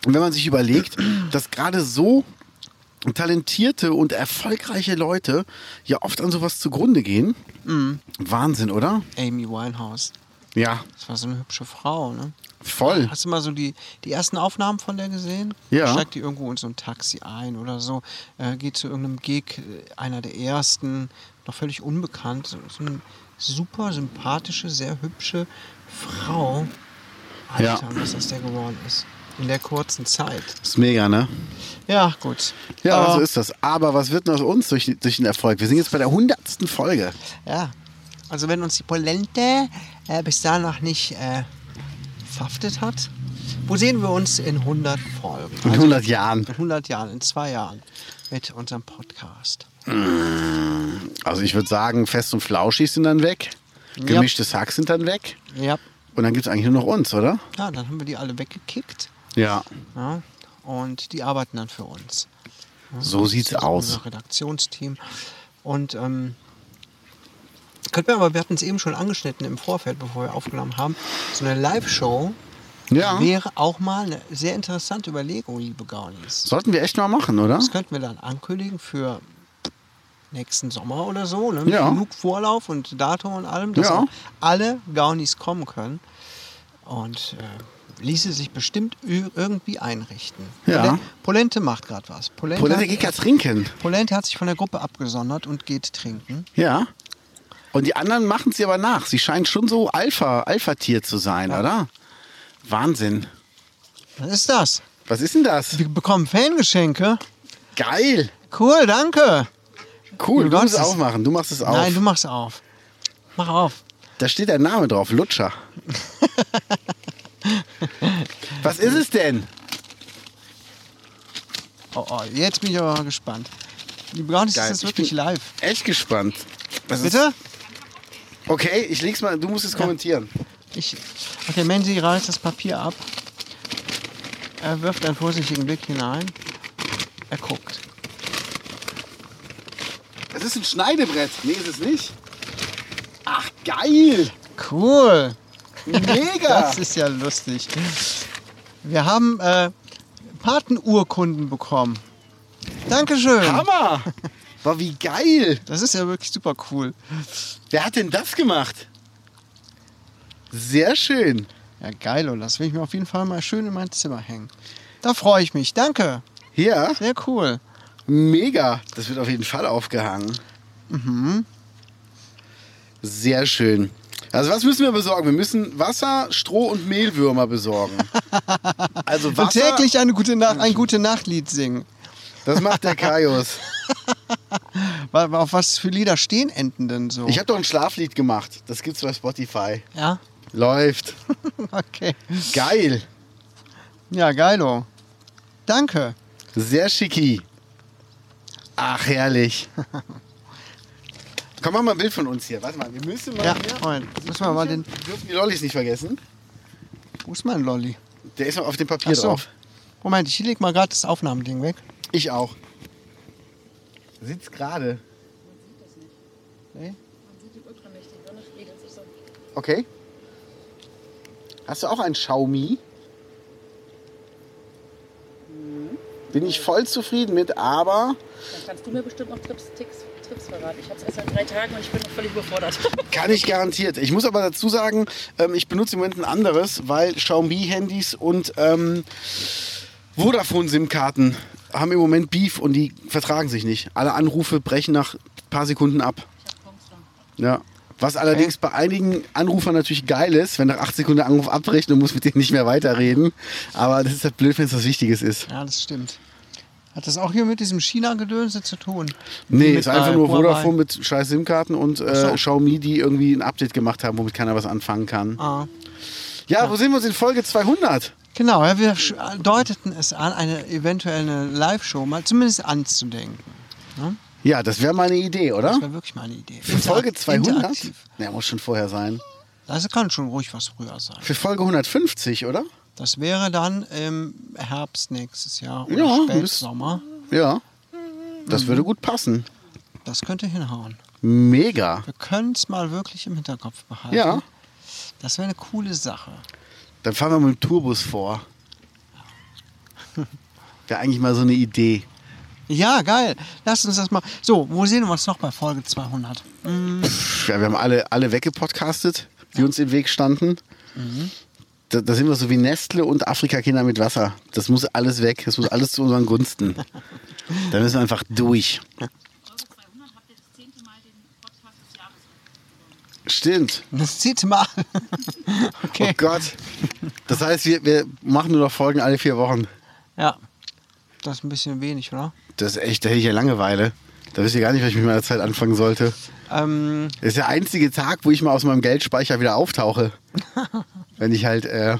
Speaker 1: Und wenn man sich überlegt, dass gerade so talentierte und erfolgreiche Leute ja oft an sowas zugrunde gehen. Wahnsinn, oder?
Speaker 2: Amy Winehouse.
Speaker 1: Mhm. Ja,
Speaker 2: Das war so eine hübsche Frau, ne?
Speaker 1: voll.
Speaker 2: Hast du mal so die, die ersten Aufnahmen von der gesehen?
Speaker 1: Hm. Ja.
Speaker 2: Steigt die irgendwo in so ein Taxi ein oder so, äh, geht zu irgendeinem Gig, äh, einer der ersten, noch völlig unbekannt. So, so eine super sympathische, sehr hübsche Frau.
Speaker 1: Ja.
Speaker 2: Alter, was aus der geworden ist. In der kurzen Zeit.
Speaker 1: Ist mega, ne?
Speaker 2: Ja, gut. Ähm,
Speaker 1: Ja, also-
Speaker 2: Aber-
Speaker 1: so ist das. Aber was wird denn aus uns durch, durch den Erfolg? Wir sind jetzt bei der hundertsten Folge.
Speaker 2: Ja. Also wenn uns die Polente äh, bis dahin noch nicht äh, verhaftet hat, wo sehen wir uns in 100 Folgen?
Speaker 1: In
Speaker 2: Also
Speaker 1: 100 Jahren.
Speaker 2: in 100 Jahren, in zwei Jahren mit unserem Podcast.
Speaker 1: Also ich würde sagen, fest und flauschig sind dann weg. Gemischtes Hack sind dann weg.
Speaker 2: Ja.
Speaker 1: Und dann gibt es eigentlich nur noch uns, oder?
Speaker 2: ja, dann haben wir die alle weggekickt
Speaker 1: Ja.
Speaker 2: ja, und die arbeiten dann für uns.
Speaker 1: So sieht's
Speaker 2: Das ist
Speaker 1: aus.
Speaker 2: Unser Redaktionsteam. Und ähm, könnten wir aber, wir hatten es eben schon angeschnitten im Vorfeld, bevor wir aufgenommen haben, so eine Live-Show
Speaker 1: Ja.
Speaker 2: wäre auch mal eine sehr interessante Überlegung, liebe Gaunis.
Speaker 1: Sollten wir echt mal machen, oder?
Speaker 2: Das könnten wir dann ankündigen für nächsten Sommer oder so. Ne?
Speaker 1: Ja.
Speaker 2: Genug Vorlauf und Datum und allem, dass
Speaker 1: Ja.
Speaker 2: auch alle Gaunis kommen können. Und äh, ließe sich bestimmt ir- irgendwie einrichten.
Speaker 1: Ja.
Speaker 2: Polen- Polente macht gerade was. Polente,
Speaker 1: Polente geht ja trinken.
Speaker 2: Polente hat sich von der Gruppe abgesondert und geht trinken.
Speaker 1: Ja. Und die anderen machen sie aber nach. Sie scheint schon so Alpha, Alpha-Tier zu sein, oder? Wahnsinn.
Speaker 2: Was ist das?
Speaker 1: Was ist denn das?
Speaker 2: Wir bekommen Fangeschenke.
Speaker 1: Geil.
Speaker 2: Cool, danke.
Speaker 1: Cool.
Speaker 2: Du
Speaker 1: Du musst
Speaker 2: machst
Speaker 1: es
Speaker 2: es-
Speaker 1: aufmachen. Du machst es auf.
Speaker 2: Nein, du machst auf. Mach auf.
Speaker 1: Da steht dein Name
Speaker 2: [LAUGHS]
Speaker 1: drauf, Lutscher. Was ist es denn?
Speaker 2: Oh, oh, jetzt bin ich aber gespannt. Liebe Gaunis,
Speaker 1: Geil,
Speaker 2: ist das
Speaker 1: ich
Speaker 2: wirklich
Speaker 1: bin-
Speaker 2: live?
Speaker 1: Echt gespannt. Das ist-
Speaker 2: Bitte?
Speaker 1: Okay, ich leg's mal, du musst es kommentieren.
Speaker 2: Ich, okay, Menzi reißt das Papier ab. Er wirft einen vorsichtigen Blick hinein. Er guckt.
Speaker 1: Es ist ein Schneidebrett. Nee, ist es nicht. Ach,
Speaker 2: [LAUGHS]
Speaker 1: geil.
Speaker 2: Cool!
Speaker 1: Mega.
Speaker 2: Das ist ja lustig. Wir haben äh, Patenurkunden bekommen. Dankeschön!
Speaker 1: Hammer. War wie geil.
Speaker 2: Das ist ja wirklich super cool.
Speaker 1: Wer hat denn das gemacht? Sehr schön.
Speaker 2: Ja, geil, und das will ich mir auf jeden Fall mal schön in mein Zimmer hängen. Da freue ich mich. Danke!
Speaker 1: Ja,
Speaker 2: Sehr cool.
Speaker 1: mega. Das wird auf jeden Fall aufgehangen. Mhm. Sehr schön. Also was müssen wir besorgen? Wir müssen Wasser, Stroh und
Speaker 2: [LAUGHS]
Speaker 1: Mehlwürmer besorgen. Also Wasser,
Speaker 2: Und täglich eine gute Nacht, ein gute Nachtlied singen.
Speaker 1: das macht
Speaker 2: [LAUGHS]
Speaker 1: der Kaius.
Speaker 2: Wa- wa- Auf was für Lieder stehen Enten denn so?
Speaker 1: Ich habe doch ein Schlaflied gemacht. Das gibt's bei Spotify.
Speaker 2: ja, [LAUGHS]
Speaker 1: Läuft.
Speaker 2: okay.
Speaker 1: Geil.
Speaker 2: Ja, geilo. Danke.
Speaker 1: Sehr schicki. Ach, herrlich. Komm, mach mal ein Bild von uns hier. Warte mal, wir müssen mal
Speaker 2: Ja,
Speaker 1: hier...
Speaker 2: Moment. Müssen wir mal den.
Speaker 1: Wir dürfen die Lollis nicht vergessen.
Speaker 2: Wo ist mein Lolli?
Speaker 1: Der ist noch auf dem Papier
Speaker 2: Ach so.
Speaker 1: drauf.
Speaker 2: Moment, ich leg mal gerade das Aufnahmeding weg.
Speaker 1: Ich auch. Sitzt gerade.
Speaker 2: Nee?
Speaker 3: Man sieht die Uhr nicht, die Sonne spiegelt sich so.
Speaker 1: Okay. Hast du auch ein Xiaomi?
Speaker 2: Mhm.
Speaker 1: Bin ich voll zufrieden mit, aber
Speaker 3: Dann kannst du mir bestimmt noch Trips, Ticks, Trips verraten. Ich habe es erst seit drei Tagen und ich bin noch völlig überfordert. [LAUGHS]
Speaker 1: Kann ich garantiert. Ich muss aber dazu sagen, ähm, ich benutze im Moment ein anderes, weil Xiaomi-Handys und ähm, Vodafone-SIM-Karten haben im Moment Beef und die vertragen sich nicht. Alle Anrufe brechen nach ein paar Sekunden ab. Ja. Was allerdings bei einigen Anrufern natürlich geil ist, wenn nach acht Sekunden der Anruf abbricht und muss mit denen nicht mehr weiterreden. Aber das ist halt blöd, wenn es was Wichtiges ist.
Speaker 2: Ja, das stimmt. Hat das auch hier mit diesem China-Gedönse zu tun?
Speaker 1: Nee,
Speaker 2: Mit
Speaker 1: ist einfach
Speaker 2: bei
Speaker 1: nur
Speaker 2: Huawei.
Speaker 1: Vodafone mit scheiß SIM-Karten und äh,
Speaker 2: so.
Speaker 1: Xiaomi, die irgendwie ein Update gemacht haben, womit keiner was anfangen kann.
Speaker 2: Ah.
Speaker 1: Ja, wo sehen wir uns in Folge 200?
Speaker 2: Genau, ja, wir sch- deuteten es an, eine eventuelle Live-Show mal zumindest anzudenken.
Speaker 1: Ja, das wäre meine Idee, oder?
Speaker 2: Das wäre wirklich meine Idee.
Speaker 1: Für Folge
Speaker 2: Interak-
Speaker 1: 200?
Speaker 2: interaktiv.
Speaker 1: Ja, muss schon vorher sein.
Speaker 2: Das kann schon ruhig was früher sein.
Speaker 1: Für Folge 150, oder?
Speaker 2: Das wäre dann im Herbst nächstes Jahr oder
Speaker 1: Ja,
Speaker 2: Spätsommer.
Speaker 1: Ja. Das würde gut passen.
Speaker 2: Das könnte hinhauen.
Speaker 1: Mega.
Speaker 2: Wir können es mal wirklich im Hinterkopf behalten.
Speaker 1: Ja.
Speaker 2: Das wäre eine coole Sache.
Speaker 1: Dann fahren wir mit dem Tourbus vor. Wäre eigentlich mal so eine Idee.
Speaker 2: Ja, geil. Lass uns das mal. So, wo sehen wir uns noch bei Folge 200?
Speaker 1: Pff, Ja, wir haben alle, alle weggepodcastet, die uns im Weg standen. Da, da sind wir so wie Nestle und Afrika-Kinder mit Wasser. Das muss alles weg. Das muss alles zu unseren Gunsten. [LAUGHS] Da müssen wir einfach durch. Stimmt.
Speaker 2: Das zieht mal. Okay.
Speaker 1: Oh Gott. Das heißt, wir, wir machen nur noch Folgen alle vier Wochen.
Speaker 2: [LAUGHS] Ja. Das ist ein bisschen wenig, oder?
Speaker 1: Das ist echt, da hätte ich ja Langeweile. Da wisst ihr gar nicht, was ich mit meiner Zeit anfangen sollte.
Speaker 2: Ähm,
Speaker 1: Das ist der einzige Tag, wo ich mal aus meinem Geldspeicher
Speaker 2: [LAUGHS]
Speaker 1: wieder auftauche. Wenn ich halt, äh,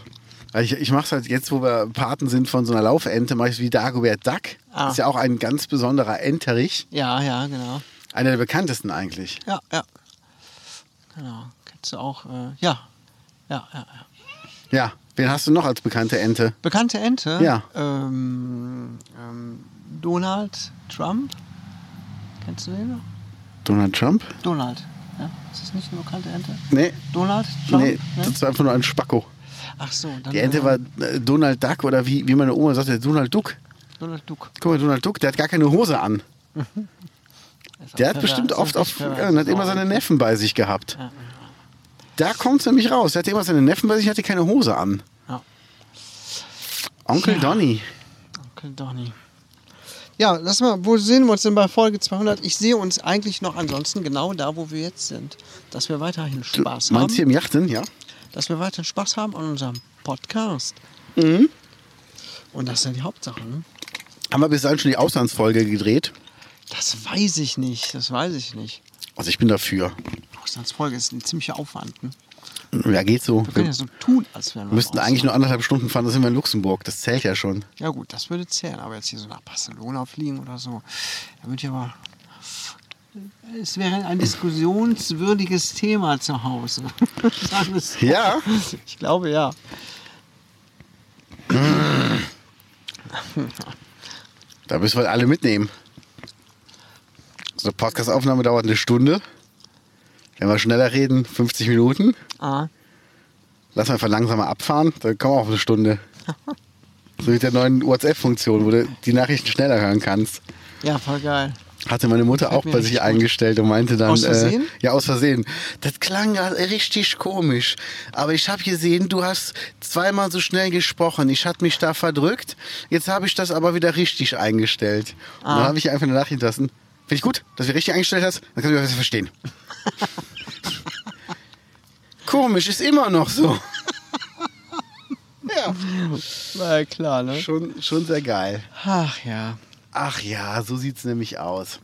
Speaker 1: weil ich, ich mache es halt jetzt, wo wir Paten sind von so einer Laufente, mache ich es wie Dagobert Duck.
Speaker 2: Ah.
Speaker 1: Ist ja auch ein ganz besonderer Enterich.
Speaker 2: ja, ja, genau.
Speaker 1: Einer der bekanntesten eigentlich.
Speaker 2: Ja, ja. Genau. Kennst du auch, äh, ja. Ja, ja, ja.
Speaker 1: Ja, wen hast du noch als bekannte Ente?
Speaker 2: Bekannte Ente?
Speaker 1: Ja.
Speaker 2: Ähm, ähm, Donald Trump. Kennst du den noch?
Speaker 1: Donald Trump?
Speaker 2: Donald. Ja? Ist das nicht eine bekannte Ente?
Speaker 1: Nee,
Speaker 2: Donald Trump?
Speaker 1: nee,
Speaker 2: ne?
Speaker 1: das ist einfach nur ein Spacko.
Speaker 2: Ach so, dann.
Speaker 1: Die Ente
Speaker 2: äh,
Speaker 1: war äh, Donald Duck oder wie, wie meine Oma sagte, Donald Duck.
Speaker 2: Donald Duck.
Speaker 1: Guck mal, Donald Duck, der hat gar keine Hose an. Der hat bestimmt oft auf, ja, und hat
Speaker 2: Genau,
Speaker 1: immer seine Neffen bei sich gehabt.
Speaker 2: Ja.
Speaker 1: Da kommt es nämlich raus. Er hatte immer seine Neffen bei sich, hatte keine Hose an.
Speaker 2: Ja.
Speaker 1: Onkel Donny.
Speaker 2: Onkel Donny. Ja, lass mal, wo sehen wir uns denn bei Folge 200? Ich sehe uns eigentlich noch ansonsten genau da, wo wir jetzt sind. Dass wir weiterhin
Speaker 1: Du
Speaker 2: Spaß
Speaker 1: meinst hier
Speaker 2: haben.
Speaker 1: im Yachten, ja?
Speaker 2: Dass wir weiterhin Spaß haben an unserem Podcast.
Speaker 1: Mhm.
Speaker 2: Und das ist ja die Hauptsache, ne?
Speaker 1: Haben wir bis dahin schon die Auslandsfolge gedreht?
Speaker 2: Das weiß ich nicht, das weiß ich nicht.
Speaker 1: Also ich bin dafür.
Speaker 2: Auslandsfolge ist ein ziemlicher Aufwand. Ne?
Speaker 1: Ja, geht so.
Speaker 2: Wir können ja
Speaker 1: Wir
Speaker 2: so tun, als wären wir. im
Speaker 1: müssten eigentlich
Speaker 2: Ausland.
Speaker 1: nur anderthalb Stunden fahren, da sind wir in Luxemburg. Das zählt ja schon.
Speaker 2: Ja, gut, das würde zählen. Aber jetzt hier so nach Barcelona fliegen oder so, da würde ich aber. Es wäre ein diskussionswürdiges Thema zu Hause. [LAUGHS] Sagen wir es so.
Speaker 1: Ja.
Speaker 2: Ich glaube ja.
Speaker 1: Da müssen wir alle mitnehmen. So eine Podcastaufnahme dauert eine Stunde. Wenn wir schneller reden, 50 Minuten.
Speaker 2: Ah,
Speaker 1: Lass einfach langsamer abfahren, dann kommen wir auf eine Stunde. So mit der neuen WhatsApp-Funktion, wo du die Nachrichten schneller hören kannst.
Speaker 2: ja, voll geil.
Speaker 1: Hatte meine Mutter auch
Speaker 2: mir
Speaker 1: bei sich
Speaker 2: richtig gut.
Speaker 1: eingestellt und meinte dann.
Speaker 2: Aus Versehen?
Speaker 1: Äh, ja, aus Versehen. Das klang ja richtig komisch. Aber ich habe gesehen, du hast zweimal so schnell gesprochen. Ich hatte mich da verdrückt. Jetzt habe ich das aber wieder richtig eingestellt. Und
Speaker 2: Ah.
Speaker 1: dann habe ich ihr einfach eine Nachricht lassen. Finde ich gut, dass du richtig eingestellt hast. Dann kannst du mich
Speaker 2: [LAUGHS]
Speaker 1: besser verstehen. komisch, ist immer noch so. ja.
Speaker 2: Na klar, ne?
Speaker 1: Schon, schon sehr geil.
Speaker 2: Ach ja.
Speaker 1: Ach ja, so sieht es nämlich aus.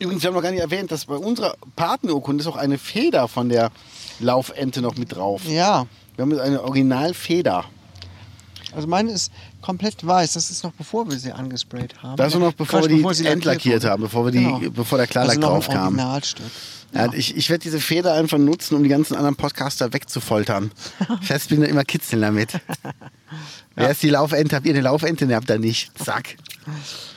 Speaker 1: Übrigens, wir haben noch gar nicht erwähnt, dass bei unserer Patenurkunde ist auch eine Feder von der Laufente noch mit drauf.
Speaker 2: Ja,
Speaker 1: Wir haben jetzt eine Originalfeder.
Speaker 2: also meine ist komplett weiß. Das ist noch bevor wir sie angesprayt haben.
Speaker 1: Das war noch bevor
Speaker 2: Quatsch,
Speaker 1: wir die
Speaker 2: sie
Speaker 1: entlackiert
Speaker 2: wurde.
Speaker 1: haben, bevor, wir die,
Speaker 2: Genau.
Speaker 1: bevor der Klarlack
Speaker 2: also noch
Speaker 1: drauf
Speaker 2: ein
Speaker 1: kam.
Speaker 2: Originalstück.
Speaker 1: Ja, Ich, ich werde diese Feder einfach nutzen, um die ganzen anderen Podcaster wegzufoltern. Fest bin da immer kitzeln damit. Wer ist die Laufente? Habt ihr eine Laufente? Ne, habt ihr nicht. Zack.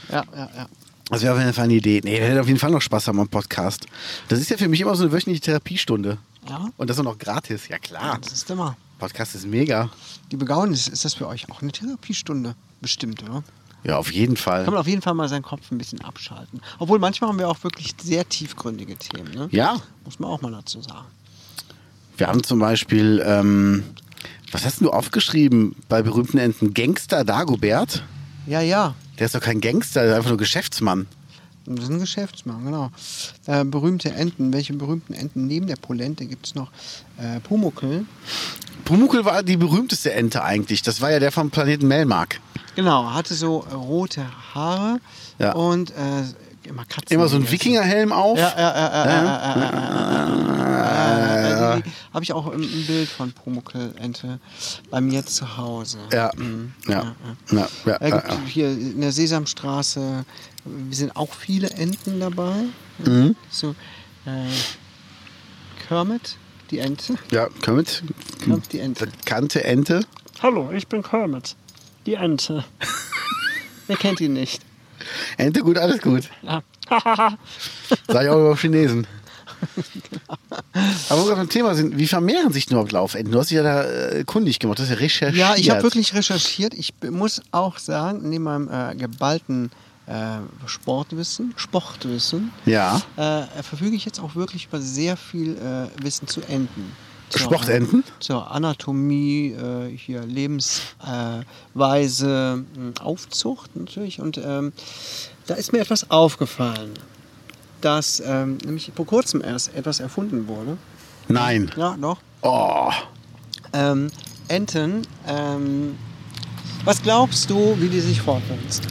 Speaker 2: Ja, ja, ja.
Speaker 1: Das wäre auf jeden Fall eine Idee. Nee, der hätte auf jeden Fall noch Spaß haben am Podcast. Das ist ja für mich immer so eine wöchentliche Therapiestunde.
Speaker 2: Ja.
Speaker 1: Und das auch noch gratis. Ja, klar.
Speaker 2: Das ist immer.
Speaker 1: Podcast ist mega.
Speaker 2: Liebe Gaunis, ist das für euch auch eine Therapiestunde? Bestimmt, oder?
Speaker 1: Ja, auf jeden
Speaker 2: Kann
Speaker 1: Fall.
Speaker 2: man auf jeden Fall mal seinen Kopf ein bisschen abschalten. Obwohl manchmal haben wir auch wirklich sehr tiefgründige Themen. Ne?
Speaker 1: Ja.
Speaker 2: Muss man auch mal dazu sagen.
Speaker 1: Wir haben zum Beispiel, ähm, was hast denn du aufgeschrieben bei berühmten Enten? Gangster Dagobert?
Speaker 2: Ja, ja.
Speaker 1: Der ist doch kein Gangster, der ist einfach nur Geschäftsmann.
Speaker 2: Das ist ein Geschäftsmann, genau. Äh, berühmte Enten. Welche berühmten Enten neben der Polente gibt es noch? Äh, Pumuckl.
Speaker 1: Pumuckl war die berühmteste Ente eigentlich. Das war ja der vom Planeten Melmark.
Speaker 2: Genau, hatte so äh, rote Haare
Speaker 1: Ja.
Speaker 2: und äh, immer Katzen.
Speaker 1: Immer so ein
Speaker 2: gegessen.
Speaker 1: Wikingerhelm auf.
Speaker 2: Ja, ja, ja, ja, ja, ja, ja, ja, ja. Habe Äh, ich auch im, im Bild von Pumuckl-Ente bei mir zu Hause.
Speaker 1: Ja, ja, Mhm. ja,
Speaker 2: Äh,
Speaker 1: ja, Ah, ja,
Speaker 2: gibt Hier in der Sesamstraße äh, sind auch viele Enten dabei.
Speaker 1: Mhm.
Speaker 2: So, äh, Kermit, die Ente.
Speaker 1: ja. Kermit,
Speaker 2: Kermit, die Ente.
Speaker 1: bekannte Ente.
Speaker 2: Hallo, ich bin Kermit, die Ente. Wer kennt ihn nicht?
Speaker 1: Ente gut, alles gut.
Speaker 2: Ja.
Speaker 1: [LAUGHS] Sag ich auch über Chinesen. Aber wo wir beim Thema sind, wie vermehren sich denn überhaupt Laufenten? Du hast dich ja da äh, kundig gemacht, du hast ja recherchiert.
Speaker 2: Ja, ich habe wirklich recherchiert. Ich b- muss auch sagen, neben meinem äh, geballten äh, Sportwissen, Sportwissen,
Speaker 1: Ja.
Speaker 2: äh, verfüge ich jetzt auch wirklich über sehr viel äh, Wissen zu Enten. Zur,
Speaker 1: Sportenten?
Speaker 2: Äh, zur Anatomie, äh, hier Lebensweise, äh, Weise, mh, Aufzucht natürlich. Und ähm, da ist mir etwas aufgefallen, dass ähm, nämlich vor kurzem erst etwas erfunden wurde.
Speaker 1: Nein.
Speaker 2: Ja, doch
Speaker 1: Oh.
Speaker 2: ähm, Enten, ähm, was glaubst du, wie die sich fortpflanzen?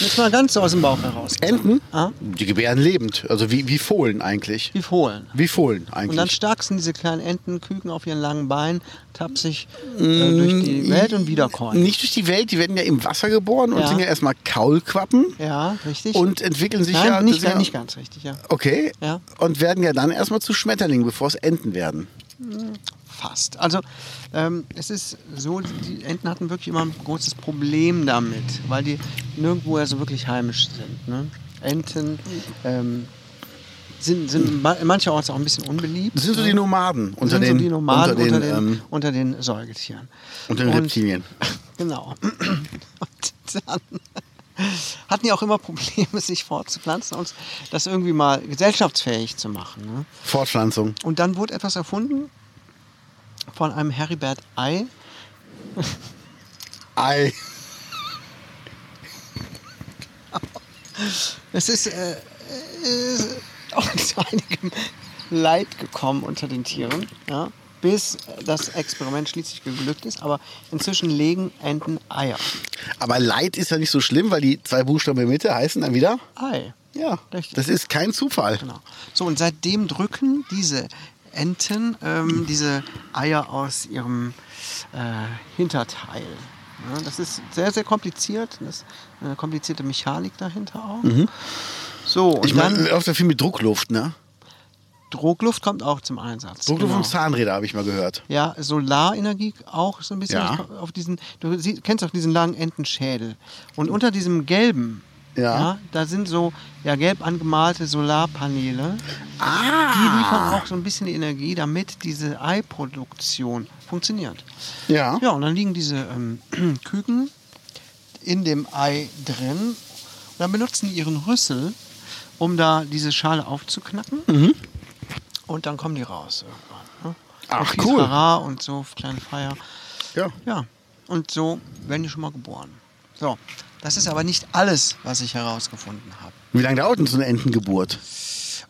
Speaker 2: Jetzt mal ganz so aus dem Bauch heraus.
Speaker 1: Enten?
Speaker 2: Ah.
Speaker 1: Die gebären lebend. Also wie, wie Fohlen eigentlich.
Speaker 2: Wie Fohlen.
Speaker 1: Wie Fohlen
Speaker 2: Und dann
Speaker 1: eigentlich.
Speaker 2: stark sind diese kleinen Entenküken auf ihren langen Beinen, tapsig äh, durch die Welt und wiederkommen.
Speaker 1: Mm, Nicht durch die Welt, die werden ja im Wasser geboren und
Speaker 2: Ja.
Speaker 1: sind ja erstmal Kaulquappen
Speaker 2: Ja, richtig.
Speaker 1: und entwickeln sich
Speaker 2: Nein,
Speaker 1: ja.
Speaker 2: nicht,
Speaker 1: das sind
Speaker 2: ganz,
Speaker 1: ja-
Speaker 2: nicht ganz richtig, ja.
Speaker 1: Okay.
Speaker 2: Ja.
Speaker 1: Und werden ja dann erstmal zu Schmetterlingen, bevor es Enten werden.
Speaker 2: Fast. Also ähm, es ist so, die Enten hatten wirklich immer ein großes Problem damit, weil die nirgendwo ja so wirklich heimisch sind. Ne? Enten ähm, sind, sind ma- mancherorts auch ein bisschen unbeliebt.
Speaker 1: Das Hm. sind so die Nomaden unter
Speaker 2: sind
Speaker 1: den,
Speaker 2: so die Nomaden
Speaker 1: unter den, ähm,
Speaker 2: unter den Säugetieren.
Speaker 1: unter den
Speaker 2: Und-
Speaker 1: Reptilien.
Speaker 2: Genau. Und dann hatten die auch immer Probleme, sich fortzupflanzen und das irgendwie mal gesellschaftsfähig zu machen. Ne?
Speaker 1: Fortpflanzung.
Speaker 2: Und dann wurde etwas erfunden von einem Heribert Ei.
Speaker 1: Ei.
Speaker 2: Es ist äh, äh, auch zu einigem Leid gekommen unter den Tieren, ja, bis das Experiment schließlich geglückt ist. Aber inzwischen legen Enten Eier.
Speaker 1: Aber Leid ist ja nicht so schlimm, weil die zwei Buchstaben in der Mitte heißen dann wieder.
Speaker 2: Ei.
Speaker 1: Ja.
Speaker 2: Richtig.
Speaker 1: Das ist kein Zufall.
Speaker 2: Genau. So, und seitdem drücken diese Enten ähm, diese Eier aus ihrem äh, Hinterteil. Ja, das ist sehr, sehr kompliziert. Das ist eine komplizierte Mechanik dahinter auch. So, und
Speaker 1: Mhm. Ich äh,
Speaker 2: dann
Speaker 1: meine, läuft ja viel mit Druckluft, ne?
Speaker 2: Druckluft kommt auch zum Einsatz.
Speaker 1: Druckluft
Speaker 2: Genau.
Speaker 1: und Zahnräder habe ich mal gehört.
Speaker 2: Ja, Solarenergie auch so ein bisschen.
Speaker 1: Ja.
Speaker 2: Das kommt Auf diesen, du sie- kennst auch diesen langen Entenschädel. Und unter diesem gelben,
Speaker 1: Ja.
Speaker 2: da sind so ja, gelb angemalte Solarpaneele.
Speaker 1: Ah.
Speaker 2: Die liefern auch so ein bisschen Energie, damit diese Eiproduktion funktioniert.
Speaker 1: Ja.
Speaker 2: Ja, und dann liegen diese ähm, [CLEARS THROAT] Küken in dem Ei drin. Und dann benutzen die ihren Rüssel, um da diese Schale aufzuknacken.
Speaker 1: Mhm.
Speaker 2: Und dann kommen die raus irgendwann. Ne?
Speaker 1: Ach,
Speaker 2: Mit
Speaker 1: cool.
Speaker 2: Pizarra und so, kleine Feier.
Speaker 1: Ja.
Speaker 2: Ja, und so werden die schon mal geboren. So, das ist aber nicht alles, was ich herausgefunden habe.
Speaker 1: Wie lange dauert denn so eine Entengeburt?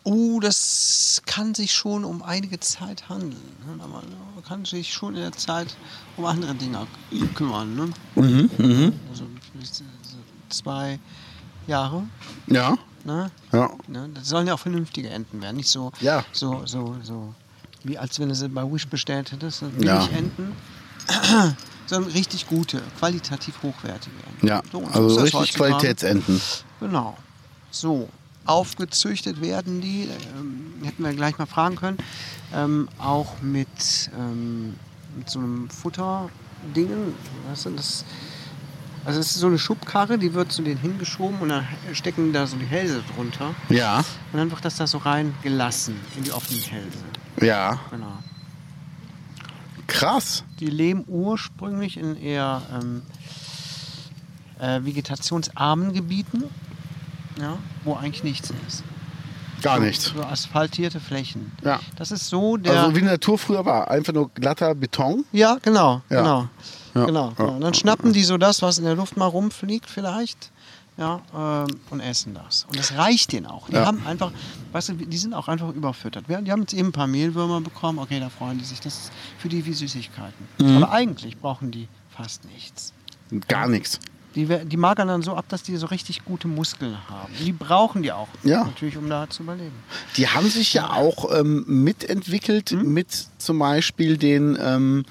Speaker 2: Oh, das kann sich schon um einige Zeit handeln. ne? Aber man kann sich schon in der Zeit um andere Dinge k- kümmern. Ne?
Speaker 1: Mhm,
Speaker 2: Also vielleicht so- so zwei Jahre.
Speaker 1: Ja.
Speaker 2: Ne?
Speaker 1: Ja.
Speaker 2: Ne? Das sollen ja auch vernünftige Enten werden. Nicht so,
Speaker 1: Ja.
Speaker 2: so, so, so wie als wenn du sie bei Wish bestellt hättest. Das sind
Speaker 1: Ja.
Speaker 2: Billig Enten. [CLEARS THROAT] sondern richtig gute, qualitativ hochwertige Enten.
Speaker 1: Ja.
Speaker 2: So, und so
Speaker 1: Also
Speaker 2: ist das
Speaker 1: richtig
Speaker 2: heutzutage.
Speaker 1: Qualitätsenten.
Speaker 2: Genau. So, aufgezüchtet werden die, ähm, hätten wir gleich mal fragen können, ähm, auch mit, ähm, mit so einem Futterdingen. Weißt du, das Also es ist so eine Schubkarre, die wird zu denen hingeschoben und dann stecken da so die Hälse drunter.
Speaker 1: Ja,
Speaker 2: Und dann wird das da so reingelassen in die offenen Hälse.
Speaker 1: ja.
Speaker 2: Genau.
Speaker 1: Krass.
Speaker 2: Die leben ursprünglich in eher ähm, äh, vegetationsarmen Gebieten, ja, wo eigentlich nichts ist.
Speaker 1: Gar nichts.
Speaker 2: So asphaltierte Flächen.
Speaker 1: Ja.
Speaker 2: Das ist so der.
Speaker 1: Also wie die Natur früher war. Einfach nur glatter Beton.
Speaker 2: Ja, genau,
Speaker 1: Ja.
Speaker 2: genau.
Speaker 1: Ja.
Speaker 2: genau.
Speaker 1: Ja.
Speaker 2: Und dann schnappen die so das, was in der Luft mal rumfliegt vielleicht. Ja, ähm, und essen das. Und das reicht denen auch. Die
Speaker 1: Ja.
Speaker 2: haben einfach, weißt du, die sind auch einfach überfüttert. Wir, die haben jetzt eben ein paar Mehlwürmer bekommen. Okay, da freuen die sich. Das ist für die wie Süßigkeiten.
Speaker 1: Mhm.
Speaker 2: Aber eigentlich brauchen die fast nichts.
Speaker 1: Gar nichts.
Speaker 2: Die, wer- die magern dann so ab, dass die so richtig gute Muskeln haben. Die brauchen die auch.
Speaker 1: Ja.
Speaker 2: Natürlich, um da zu überleben.
Speaker 1: Die haben sich ja auch ähm, mitentwickelt
Speaker 2: Hm?
Speaker 1: mit zum Beispiel den, ähm,